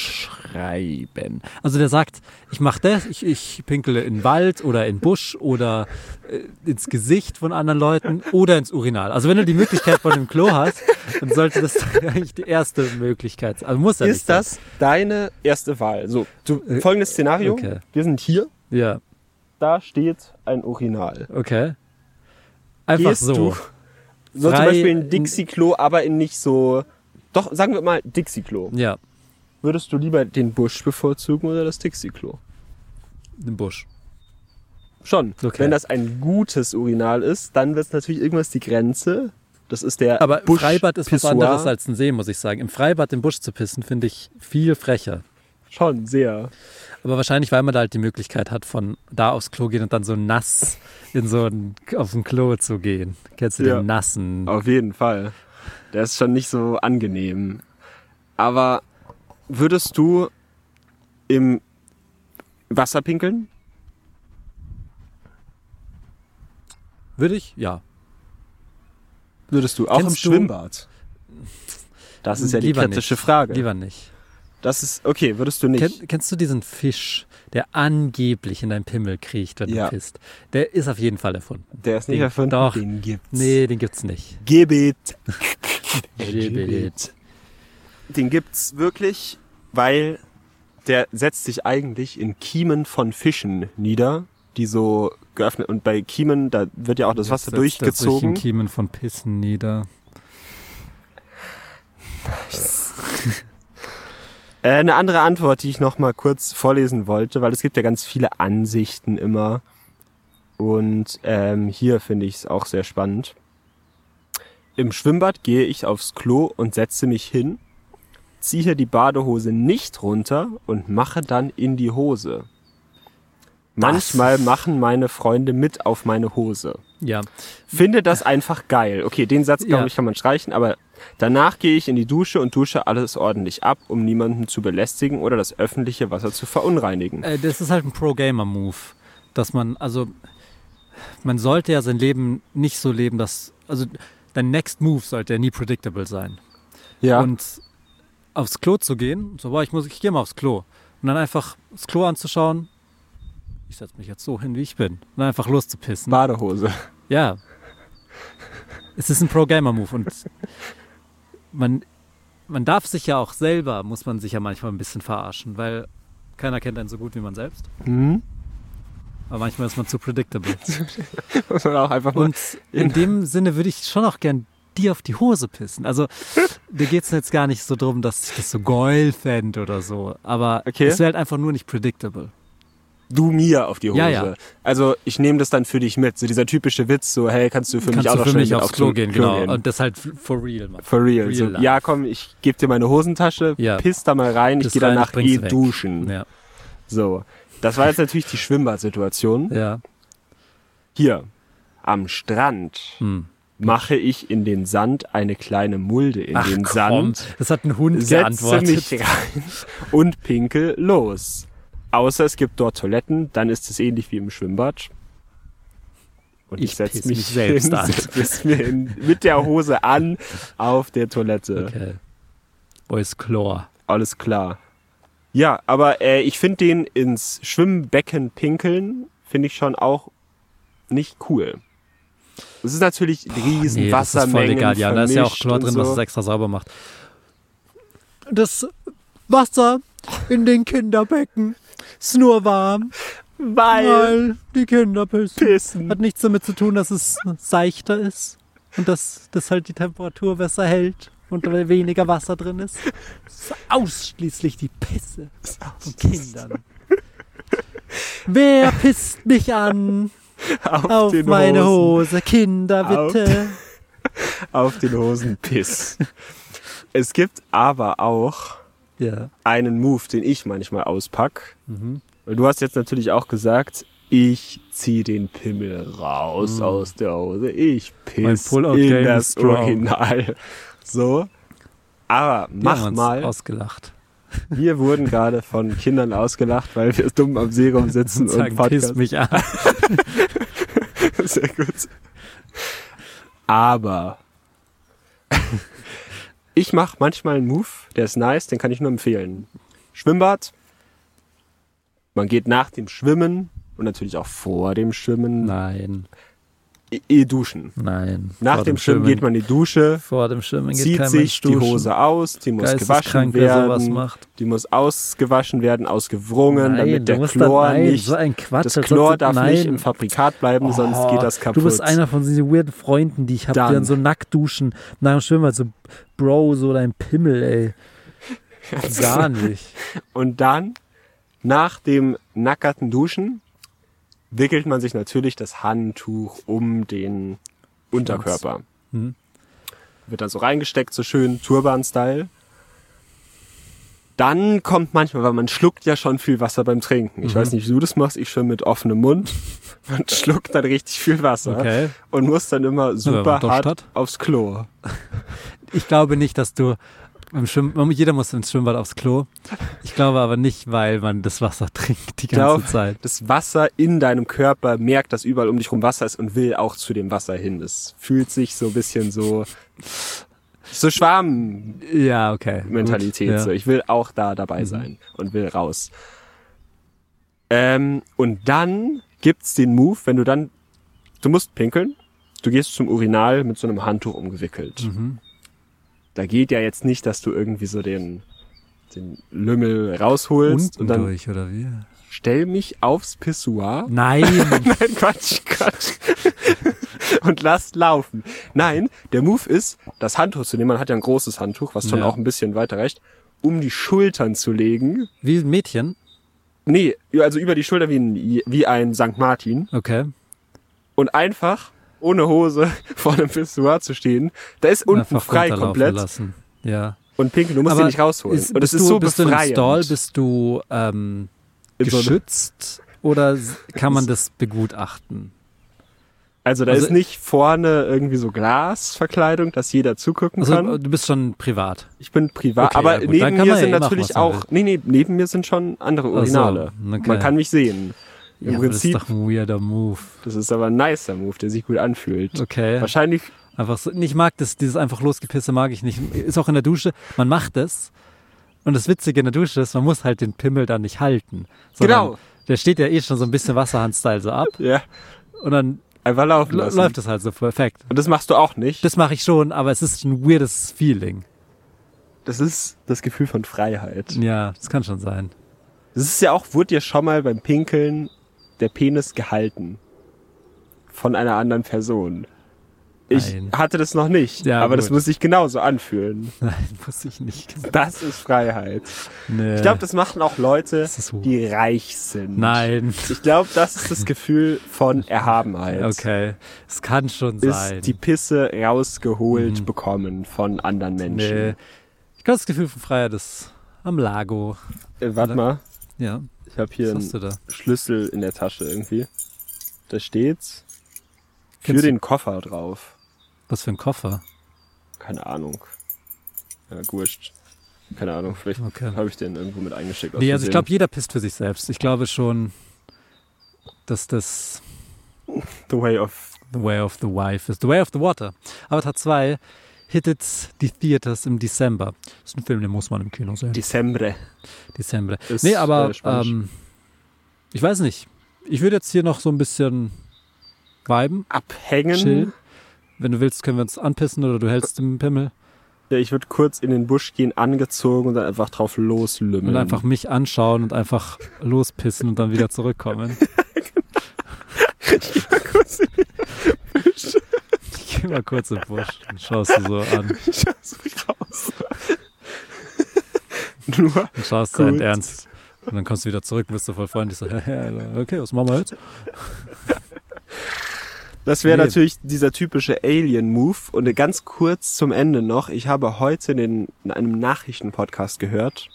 [SPEAKER 2] unterschreiben. Also der sagt, ich mache das, ich, ich pinkele in den Wald oder in den Busch oder äh, ins Gesicht von anderen Leuten oder ins Urinal. Also wenn du die Möglichkeit von dem Klo hast, dann sollte das eigentlich die erste Möglichkeit sein. Also muss ja nicht
[SPEAKER 3] Ist
[SPEAKER 2] sein.
[SPEAKER 3] das deine erste Wahl? So, du,
[SPEAKER 2] Äh,
[SPEAKER 3] folgendes Szenario.
[SPEAKER 2] okay.
[SPEAKER 3] Wir sind hier,
[SPEAKER 2] Ja,
[SPEAKER 3] da steht ein Urinal.
[SPEAKER 2] okay. Einfach
[SPEAKER 3] Gehst
[SPEAKER 2] so.
[SPEAKER 3] du- So zum
[SPEAKER 2] Drei-
[SPEAKER 3] Beispiel ein Dixie-Klo, aber in nicht so... Doch, sagen wir mal Dixie-Klo.
[SPEAKER 2] Ja,
[SPEAKER 3] Würdest du lieber den Busch bevorzugen oder das Dixie-Klo?
[SPEAKER 2] im Busch.
[SPEAKER 3] Schon.
[SPEAKER 2] Okay.
[SPEAKER 3] Wenn das ein gutes Urinal ist, dann wird es natürlich irgendwas die Grenze. Das ist der
[SPEAKER 2] Aber
[SPEAKER 3] Busch
[SPEAKER 2] Freibad ist was
[SPEAKER 3] Pissoir.
[SPEAKER 2] anderes als ein See, muss ich sagen. Im Freibad im Busch zu pissen, finde ich viel frecher.
[SPEAKER 3] Schon, sehr.
[SPEAKER 2] Aber wahrscheinlich, weil man da halt die Möglichkeit hat, von da aufs Klo gehen und dann so nass in so ein, auf ein Klo zu gehen. Kennst du
[SPEAKER 3] Ja.
[SPEAKER 2] den nassen?
[SPEAKER 3] Auf jeden Fall. Der ist schon nicht so angenehm. Aber würdest du im Wasser pinkeln?
[SPEAKER 2] Würde ich? Ja.
[SPEAKER 3] Würdest du auch
[SPEAKER 2] Kennst
[SPEAKER 3] im
[SPEAKER 2] du-
[SPEAKER 3] Schwimmbad? Das ist ja die
[SPEAKER 2] Lieber
[SPEAKER 3] kritische
[SPEAKER 2] nicht.
[SPEAKER 3] Frage.
[SPEAKER 2] Lieber nicht.
[SPEAKER 3] Das ist okay, würdest du nicht.
[SPEAKER 2] Kenn, kennst du diesen Fisch, der angeblich in deinen Pimmel kriecht, wenn
[SPEAKER 3] Ja.
[SPEAKER 2] du pisst? Der ist auf jeden Fall erfunden.
[SPEAKER 3] der ist
[SPEAKER 2] Den- Doch.
[SPEAKER 3] Den gibt's.
[SPEAKER 2] Nee, den gibt's nicht.
[SPEAKER 3] Gebet.
[SPEAKER 2] Gebet.
[SPEAKER 3] Den gibt's wirklich, weil der setzt sich eigentlich in Kiemen von Fischen nieder, die so geöffnet und bei Kiemen, da wird ja auch das Wasser
[SPEAKER 2] Setzt Das durch
[SPEAKER 3] durchgezogen.
[SPEAKER 2] den Kiemen von Pissen nieder.
[SPEAKER 3] Äh, eine andere Antwort, die ich noch mal kurz vorlesen wollte, weil es gibt ja ganz viele Ansichten immer. Und ähm, hier finde ich es auch sehr spannend. Im Schwimmbad gehe ich aufs Klo und setze mich hin, ziehe die Badehose nicht runter und mache dann in die Hose. Manchmal machen meine Freunde mit auf meine Hose.
[SPEAKER 2] Ja.
[SPEAKER 3] Finde das einfach geil. Okay, den Satz, glaube
[SPEAKER 2] Ja.
[SPEAKER 3] ich, kann man streichen, aber danach gehe ich in die Dusche und dusche alles ordentlich ab, um niemanden zu belästigen oder das öffentliche Wasser zu verunreinigen.
[SPEAKER 2] Äh, das ist halt ein Pro-Gamer-Move, dass man, also, man sollte ja sein Leben nicht so leben, dass, also, dein Next Move sollte ja nie predictable sein.
[SPEAKER 3] Ja,
[SPEAKER 2] Und aufs Klo zu gehen, so, boah, ich muss, ich gehe mal aufs Klo. Und dann einfach das Klo anzuschauen, ich setze mich jetzt so hin, wie ich bin. Und dann einfach loszupissen.
[SPEAKER 3] Badehose.
[SPEAKER 2] Ja. Es ist ein Pro-Gamer-Move und man, man darf sich ja auch selber, muss man sich ja manchmal ein bisschen verarschen, weil keiner kennt einen so gut wie man selbst.
[SPEAKER 3] Mhm.
[SPEAKER 2] Aber manchmal ist man zu predictable.
[SPEAKER 3] Muss man auch einfach mal.
[SPEAKER 2] Und in dem Sinne würde ich schon auch gern dir auf die Hose pissen. Also, da geht es jetzt gar nicht so drum, dass ich das so geil fänd oder so. Aber
[SPEAKER 3] Okay.
[SPEAKER 2] es wäre halt einfach nur nicht predictable.
[SPEAKER 3] du mir auf die Hose.
[SPEAKER 2] Ja, ja.
[SPEAKER 3] Also ich nehme das dann für dich mit. So dieser typische Witz, so hey, kannst du für mich
[SPEAKER 2] Kannst
[SPEAKER 3] auch
[SPEAKER 2] du
[SPEAKER 3] noch
[SPEAKER 2] für
[SPEAKER 3] schnell
[SPEAKER 2] mich
[SPEAKER 3] mit
[SPEAKER 2] aufs Klo gehen, genau. Und das halt for real machen.
[SPEAKER 3] For real. so,
[SPEAKER 2] life.
[SPEAKER 3] ja, komm, ich gebe dir meine Hosentasche,
[SPEAKER 2] Ja.
[SPEAKER 3] piss da mal rein, ich
[SPEAKER 2] Piss
[SPEAKER 3] gehe
[SPEAKER 2] rein,
[SPEAKER 3] danach
[SPEAKER 2] bring's
[SPEAKER 3] eh
[SPEAKER 2] weg.
[SPEAKER 3] duschen.
[SPEAKER 2] Ja,
[SPEAKER 3] So. Das war jetzt natürlich die Schwimmbadsituation.
[SPEAKER 2] ja.
[SPEAKER 3] Hier, am Strand
[SPEAKER 2] Hm.
[SPEAKER 3] mache ich in den Sand eine kleine Mulde in den Sand,
[SPEAKER 2] Das hat ein Hund
[SPEAKER 3] setze
[SPEAKER 2] geantwortet.
[SPEAKER 3] mich rein und pinkel los. Außer es gibt dort Toiletten, dann ist es ähnlich wie im Schwimmbad. Und ich,
[SPEAKER 2] Ich piss
[SPEAKER 3] setze mich,
[SPEAKER 2] mich selbst
[SPEAKER 3] hin,
[SPEAKER 2] an.
[SPEAKER 3] setz mir in, mit der Hose an auf der Toilette.
[SPEAKER 2] Okay. Boys Chlor.
[SPEAKER 3] Alles klar. Ja, aber äh, ich finde den ins Schwimmbecken pinkeln, finde ich schon auch nicht cool. Es ist natürlich riesen
[SPEAKER 2] Nee, Hm, das ist voll
[SPEAKER 3] Wassermengen
[SPEAKER 2] egal. Ja, da ist ja auch
[SPEAKER 3] vermischt
[SPEAKER 2] Chlor
[SPEAKER 3] und
[SPEAKER 2] drin,
[SPEAKER 3] so.
[SPEAKER 2] was es extra sauber macht. Das Wasser in den Kinderbecken ist nur warm,
[SPEAKER 3] Weil
[SPEAKER 2] weil die Kinder pissen.
[SPEAKER 3] Pissen.
[SPEAKER 2] Hat nichts damit zu tun, dass es seichter ist und dass, dass halt die Temperatur besser hält und weil weniger Wasser drin ist. Es ist ausschließlich die Pisse von Kindern. Wer pisst mich an?
[SPEAKER 3] Auf,
[SPEAKER 2] Auf
[SPEAKER 3] den
[SPEAKER 2] meine
[SPEAKER 3] Hosen,
[SPEAKER 2] Hose, Kinder,
[SPEAKER 3] Auf-
[SPEAKER 2] bitte.
[SPEAKER 3] Auf den Hosen Piss. es gibt aber auch
[SPEAKER 2] Ja.
[SPEAKER 3] einen Move, den ich manchmal auspack.
[SPEAKER 2] Mhm.
[SPEAKER 3] Weil Du hast jetzt natürlich auch gesagt, ich zieh den Pimmel raus aus der Hose. Ich
[SPEAKER 2] Mhm. Mein
[SPEAKER 3] piss
[SPEAKER 2] Pull-out
[SPEAKER 3] in
[SPEAKER 2] Game
[SPEAKER 3] das
[SPEAKER 2] is strong.
[SPEAKER 3] Original. So. Aber
[SPEAKER 2] Wir
[SPEAKER 3] mach
[SPEAKER 2] haben uns
[SPEAKER 3] mal,
[SPEAKER 2] Ausgelacht.
[SPEAKER 3] wir wurden gerade von Kindern ausgelacht, weil wir dumm am Serum sitzen und
[SPEAKER 2] Sagen,
[SPEAKER 3] Podcast.
[SPEAKER 2] pisst mich an.
[SPEAKER 3] Sehr gut. Aber Ich mache manchmal einen Move, der ist nice, den kann ich nur empfehlen. Schwimmbad. Man geht nach dem Schwimmen und natürlich auch vor dem Schwimmen
[SPEAKER 2] Nein,
[SPEAKER 3] eh- eh duschen.
[SPEAKER 2] nein.
[SPEAKER 3] Nach
[SPEAKER 2] Vor
[SPEAKER 3] dem Schwimmen geht man in die Dusche,
[SPEAKER 2] Vor dem Schwimmen geht
[SPEAKER 3] zieht
[SPEAKER 2] kein
[SPEAKER 3] sich
[SPEAKER 2] Mensch
[SPEAKER 3] die
[SPEAKER 2] duschen.
[SPEAKER 3] Hose aus, die muss gewaschen
[SPEAKER 2] Geisteskrank, wer sowas
[SPEAKER 3] werden.
[SPEAKER 2] macht.
[SPEAKER 3] Die muss ausgewaschen werden, ausgewrungen,
[SPEAKER 2] Nein,
[SPEAKER 3] damit
[SPEAKER 2] du
[SPEAKER 3] der
[SPEAKER 2] musst
[SPEAKER 3] Chlor
[SPEAKER 2] dann, nein,
[SPEAKER 3] nicht.
[SPEAKER 2] so ein Quatsch,
[SPEAKER 3] das
[SPEAKER 2] sonst-
[SPEAKER 3] Chlor darf
[SPEAKER 2] nein.
[SPEAKER 3] nicht im Fabrikat bleiben, sonst
[SPEAKER 2] Oh,
[SPEAKER 3] geht das kaputt.
[SPEAKER 2] Du bist einer von diesen weirden Freunden, die ich habe, die
[SPEAKER 3] Dann.
[SPEAKER 2] dann so nackt duschen nach dem Schwimmen, also so Bro, so dein Pimmel, ey. Gar nicht.
[SPEAKER 3] Und dann, nach dem nackerten Duschen, wickelt man sich natürlich das Handtuch um den Unterkörper.
[SPEAKER 2] Mhm.
[SPEAKER 3] Wird dann so reingesteckt, so schön Turban-Style. Dann kommt manchmal, weil man schluckt ja schon viel Wasser beim Trinken.
[SPEAKER 2] Mhm.
[SPEAKER 3] Ich weiß nicht, wie du das machst, ich schon mit offenem Mund. Man schluckt dann richtig viel Wasser
[SPEAKER 2] Okay.
[SPEAKER 3] und muss dann immer super
[SPEAKER 2] macht doch
[SPEAKER 3] hart
[SPEAKER 2] statt.
[SPEAKER 3] aufs Klo.
[SPEAKER 2] Ich glaube nicht, dass du im Schwimmbad, jeder muss ins Schwimmbad aufs Klo. Ich glaube aber nicht, weil man das Wasser trinkt die ganze
[SPEAKER 3] glaub,
[SPEAKER 2] Zeit.
[SPEAKER 3] Das Wasser in deinem Körper merkt, dass überall um dich rum Wasser ist und will auch zu dem Wasser hin. Das fühlt sich so ein bisschen so so Schwarmmentalität.
[SPEAKER 2] Ja, okay. Gut, ja.
[SPEAKER 3] So, ich will auch da dabei sein und will raus. Ähm, und dann gibt's den Move, wenn du dann du musst pinkeln, du gehst zum Urinal mit so einem Handtuch umgewickelt. Da geht ja jetzt nicht, dass du irgendwie so den den Lümmel rausholst
[SPEAKER 2] Unten
[SPEAKER 3] und, dann
[SPEAKER 2] durch, oder wie?
[SPEAKER 3] stell mich aufs Pissoir.
[SPEAKER 2] Nein,
[SPEAKER 3] Nein, Quatsch, Quatsch. Und lass laufen. Nein, der Move ist, das Handtuch zu nehmen, man hat ja ein großes Handtuch, was schon
[SPEAKER 2] Ja.
[SPEAKER 3] auch ein bisschen weiter reicht, um die Schultern zu legen.
[SPEAKER 2] wie ein Mädchen.
[SPEAKER 3] Nee, also über die Schulter wie ein, wie ein St. Martin.
[SPEAKER 2] Okay.
[SPEAKER 3] Und einfach ohne Hose vor einem Pissoir zu stehen. Da ist unten
[SPEAKER 2] Einfach
[SPEAKER 3] frei
[SPEAKER 2] runterlaufen
[SPEAKER 3] komplett.
[SPEAKER 2] Lassen. Ja.
[SPEAKER 3] Und Pinkel, du musst den nicht rausholen.
[SPEAKER 2] Ist,
[SPEAKER 3] und es
[SPEAKER 2] bist
[SPEAKER 3] ist
[SPEAKER 2] du,
[SPEAKER 3] so
[SPEAKER 2] bist
[SPEAKER 3] befreiend.
[SPEAKER 2] du im Stall, bist du ähm,
[SPEAKER 3] In so einem-
[SPEAKER 2] geschützt oder s- kann man das begutachten?
[SPEAKER 3] also da
[SPEAKER 2] also-
[SPEAKER 3] ist nicht vorne irgendwie so Glasverkleidung, dass jeder zugucken kann.
[SPEAKER 2] Also du bist schon privat.
[SPEAKER 3] Ich bin privat,
[SPEAKER 2] Okay, ja
[SPEAKER 3] aber
[SPEAKER 2] gut, dann
[SPEAKER 3] neben
[SPEAKER 2] kann
[SPEAKER 3] mir
[SPEAKER 2] man ja
[SPEAKER 3] sind
[SPEAKER 2] eh machen,
[SPEAKER 3] natürlich
[SPEAKER 2] was man
[SPEAKER 3] auch, nee, nee, neben mir sind schon andere
[SPEAKER 2] Ach so,
[SPEAKER 3] Urinale.
[SPEAKER 2] okay.
[SPEAKER 3] Man kann mich sehen. Im
[SPEAKER 2] ja, aber das ist
[SPEAKER 3] Prinzip,
[SPEAKER 2] doch ein weirder Move.
[SPEAKER 3] das ist aber ein nicer Move, der sich gut anfühlt.
[SPEAKER 2] Okay.
[SPEAKER 3] Wahrscheinlich,
[SPEAKER 2] Einfach so, ich mag das, dieses einfach losgepisse mag ich nicht. Ist auch in der Dusche, man macht es. Und das Witzige in der Dusche ist, man muss halt den Pimmel da nicht halten. sondern
[SPEAKER 3] Genau.
[SPEAKER 2] Der steht ja eh schon so ein bisschen Wasserhand-Style so ab.
[SPEAKER 3] ja,
[SPEAKER 2] Und dann
[SPEAKER 3] einfach laufen
[SPEAKER 2] l-
[SPEAKER 3] lassen.
[SPEAKER 2] läuft es halt so perfekt.
[SPEAKER 3] Und das machst du auch nicht.
[SPEAKER 2] Das mache ich schon, aber es ist ein weirdes Feeling.
[SPEAKER 3] Das ist das Gefühl von Freiheit.
[SPEAKER 2] Ja, das kann schon sein.
[SPEAKER 3] Das ist ja auch, wurde dir schon mal beim Pinkeln der Penis gehalten. Von einer anderen Person. Ich
[SPEAKER 2] Nein.
[SPEAKER 3] hatte das noch nicht,
[SPEAKER 2] Ja,
[SPEAKER 3] aber das
[SPEAKER 2] gut.
[SPEAKER 3] muss sich genauso anfühlen.
[SPEAKER 2] Nein, muss ich nicht.
[SPEAKER 3] Das ist Freiheit.
[SPEAKER 2] Nee.
[SPEAKER 3] Ich glaube, das machen auch Leute,
[SPEAKER 2] ist so-
[SPEAKER 3] die reich sind.
[SPEAKER 2] Nein.
[SPEAKER 3] Ich glaube, das ist das Gefühl von Erhabenheit.
[SPEAKER 2] Okay. Es kann schon sein.
[SPEAKER 3] Ist die Pisse rausgeholt bekommen von anderen
[SPEAKER 2] Mhm. nee.
[SPEAKER 3] Menschen.
[SPEAKER 2] Ich glaube, das Gefühl von Freiheit ist am Lago.
[SPEAKER 3] Äh, warte mal,
[SPEAKER 2] Ja.
[SPEAKER 3] ich habe hier
[SPEAKER 2] Was hast du
[SPEAKER 3] einen
[SPEAKER 2] da?
[SPEAKER 3] Schlüssel in der Tasche irgendwie. Da steht's für
[SPEAKER 2] Kennst du-
[SPEAKER 3] den Koffer drauf.
[SPEAKER 2] Was für ein Koffer?
[SPEAKER 3] Keine Ahnung. Ja, wurscht. Keine Ahnung, vielleicht
[SPEAKER 2] Okay.
[SPEAKER 3] habe ich den irgendwo mit eingeschickt. aus
[SPEAKER 2] Nee, also ich
[SPEAKER 3] Versehen.
[SPEAKER 2] glaube, jeder pisst für sich selbst. Ich glaube schon, dass das
[SPEAKER 3] The Way of
[SPEAKER 2] The Way of the Wife ist. The Way of the Water. Avatar 2 hittet die Theaters im Dezember. Das ist ein Film, den muss man im Kino sehen.
[SPEAKER 3] Dezember.
[SPEAKER 2] Dezember.
[SPEAKER 3] Ist,
[SPEAKER 2] nee, aber
[SPEAKER 3] äh, Spanisch.
[SPEAKER 2] ähm, ich weiß nicht. Ich würde jetzt hier noch so ein bisschen viben,
[SPEAKER 3] Abhängen.
[SPEAKER 2] chillen. Wenn du willst, können wir uns anpissen oder du hältst den Pimmel
[SPEAKER 3] Ja, ich würde kurz in den Busch gehen, angezogen und dann einfach drauf loslümmeln.
[SPEAKER 2] und einfach mich anschauen und einfach lospissen und dann wieder zurückkommen. ich geh mal kurz in den Busch und schaust du so an
[SPEAKER 3] Scheiß mich raus. Nur
[SPEAKER 2] und schaust deinen
[SPEAKER 3] Gut.
[SPEAKER 2] Ernst. Und dann kommst du wieder zurück und bist du voll freundlich. So, okay, was machen wir jetzt?
[SPEAKER 3] Das wäre
[SPEAKER 2] Nee.
[SPEAKER 3] natürlich dieser typische Alien-Move. Und ganz kurz zum Ende noch. Ich habe heute in, den, in einem Nachrichtenpodcast gehört,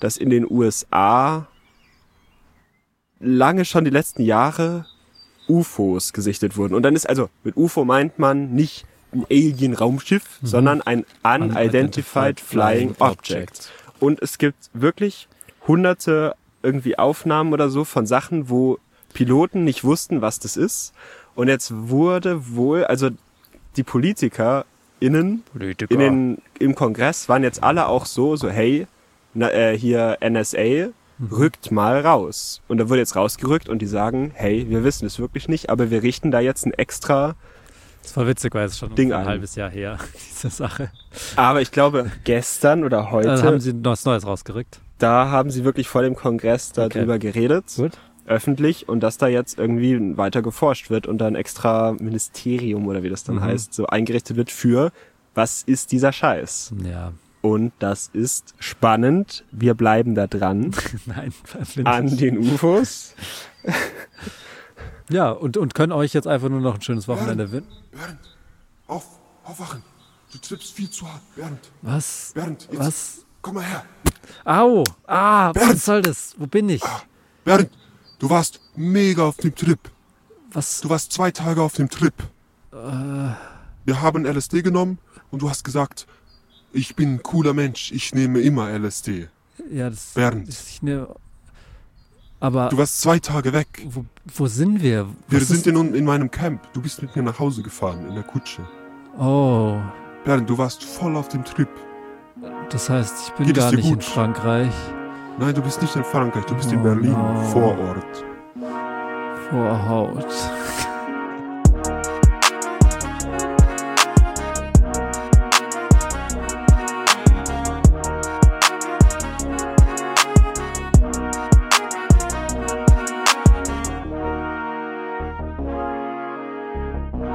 [SPEAKER 3] dass in den USA lange schon die letzten Jahre UFOs gesichtet wurden. Und dann ist also, mit UFO meint man nicht ein Alien-Raumschiff, sondern ein Unidentified
[SPEAKER 2] Unidentified
[SPEAKER 3] Flying
[SPEAKER 2] Flying
[SPEAKER 3] Object. Und es gibt wirklich hunderte irgendwie Aufnahmen oder so von Sachen, wo Piloten nicht wussten, was das ist. Und jetzt wurde wohl, also die Politiker PolitikerInnen
[SPEAKER 2] Politiker.
[SPEAKER 3] in den, im Kongress waren jetzt alle auch so, so, hey, na, äh, hier NSA,
[SPEAKER 2] Mhm.
[SPEAKER 3] rückt mal raus. Und da wurde jetzt rausgerückt und die sagen, hey, wir wissen es wirklich nicht, aber wir richten da jetzt ein extra.
[SPEAKER 2] Das war witzig, weil es schon
[SPEAKER 3] Ding
[SPEAKER 2] ein
[SPEAKER 3] ein.
[SPEAKER 2] halbes Jahr her, diese Sache.
[SPEAKER 3] Aber ich glaube, gestern oder heute,
[SPEAKER 2] Dann Also Äh, haben sie noch was Neues rausgerückt.
[SPEAKER 3] da haben sie wirklich vor dem Kongress darüber geredet,
[SPEAKER 2] Gut.
[SPEAKER 3] öffentlich, und dass da jetzt irgendwie weiter geforscht wird und da ein extra Ministerium oder wie das dann
[SPEAKER 2] Mhm.
[SPEAKER 3] heißt, so eingerichtet wird für, was ist dieser Scheiß?
[SPEAKER 2] Ja,
[SPEAKER 3] Und das ist spannend. Wir bleiben da dran
[SPEAKER 2] nein. Flint.
[SPEAKER 3] an den UFOs.
[SPEAKER 2] Ja, und, und können euch jetzt einfach nur noch ein schönes Wochenende wünschen.
[SPEAKER 4] Bernd, auf, aufwachen. Du trippst viel zu hart. Bernd,
[SPEAKER 2] Was?
[SPEAKER 4] Bernd, jetzt
[SPEAKER 2] Was?
[SPEAKER 4] komm mal her.
[SPEAKER 2] Au! Ah, was soll das? Wo bin ich?
[SPEAKER 4] Ah, Bernd, du warst mega auf dem Trip.
[SPEAKER 2] Was?
[SPEAKER 4] Du warst zwei Tage auf dem Trip.
[SPEAKER 2] Äh.
[SPEAKER 4] Wir haben LSD genommen und du hast gesagt, ich bin ein cooler Mensch, ich nehme immer LSD.
[SPEAKER 2] Ja, das
[SPEAKER 4] Bernd.
[SPEAKER 2] ist nicht eine. Aber
[SPEAKER 4] Du warst zwei Tage weg.
[SPEAKER 2] wo, wo sind wir?
[SPEAKER 4] Wir
[SPEAKER 2] Was
[SPEAKER 4] sind
[SPEAKER 2] ist,
[SPEAKER 4] in, in meinem Camp. Du bist mit mir nach Hause gefahren in der Kutsche.
[SPEAKER 2] Oh,
[SPEAKER 4] Bernd, du warst voll auf dem Trip.
[SPEAKER 2] das heißt, ich bin
[SPEAKER 4] Geht es
[SPEAKER 2] gar
[SPEAKER 4] dir
[SPEAKER 2] nicht in
[SPEAKER 4] gut?
[SPEAKER 2] Frankreich.
[SPEAKER 4] Nein, du bist nicht in Frankreich, du bist in
[SPEAKER 2] Oh,
[SPEAKER 4] Berlin,
[SPEAKER 2] no.
[SPEAKER 4] Vorort.
[SPEAKER 2] Vorhaut.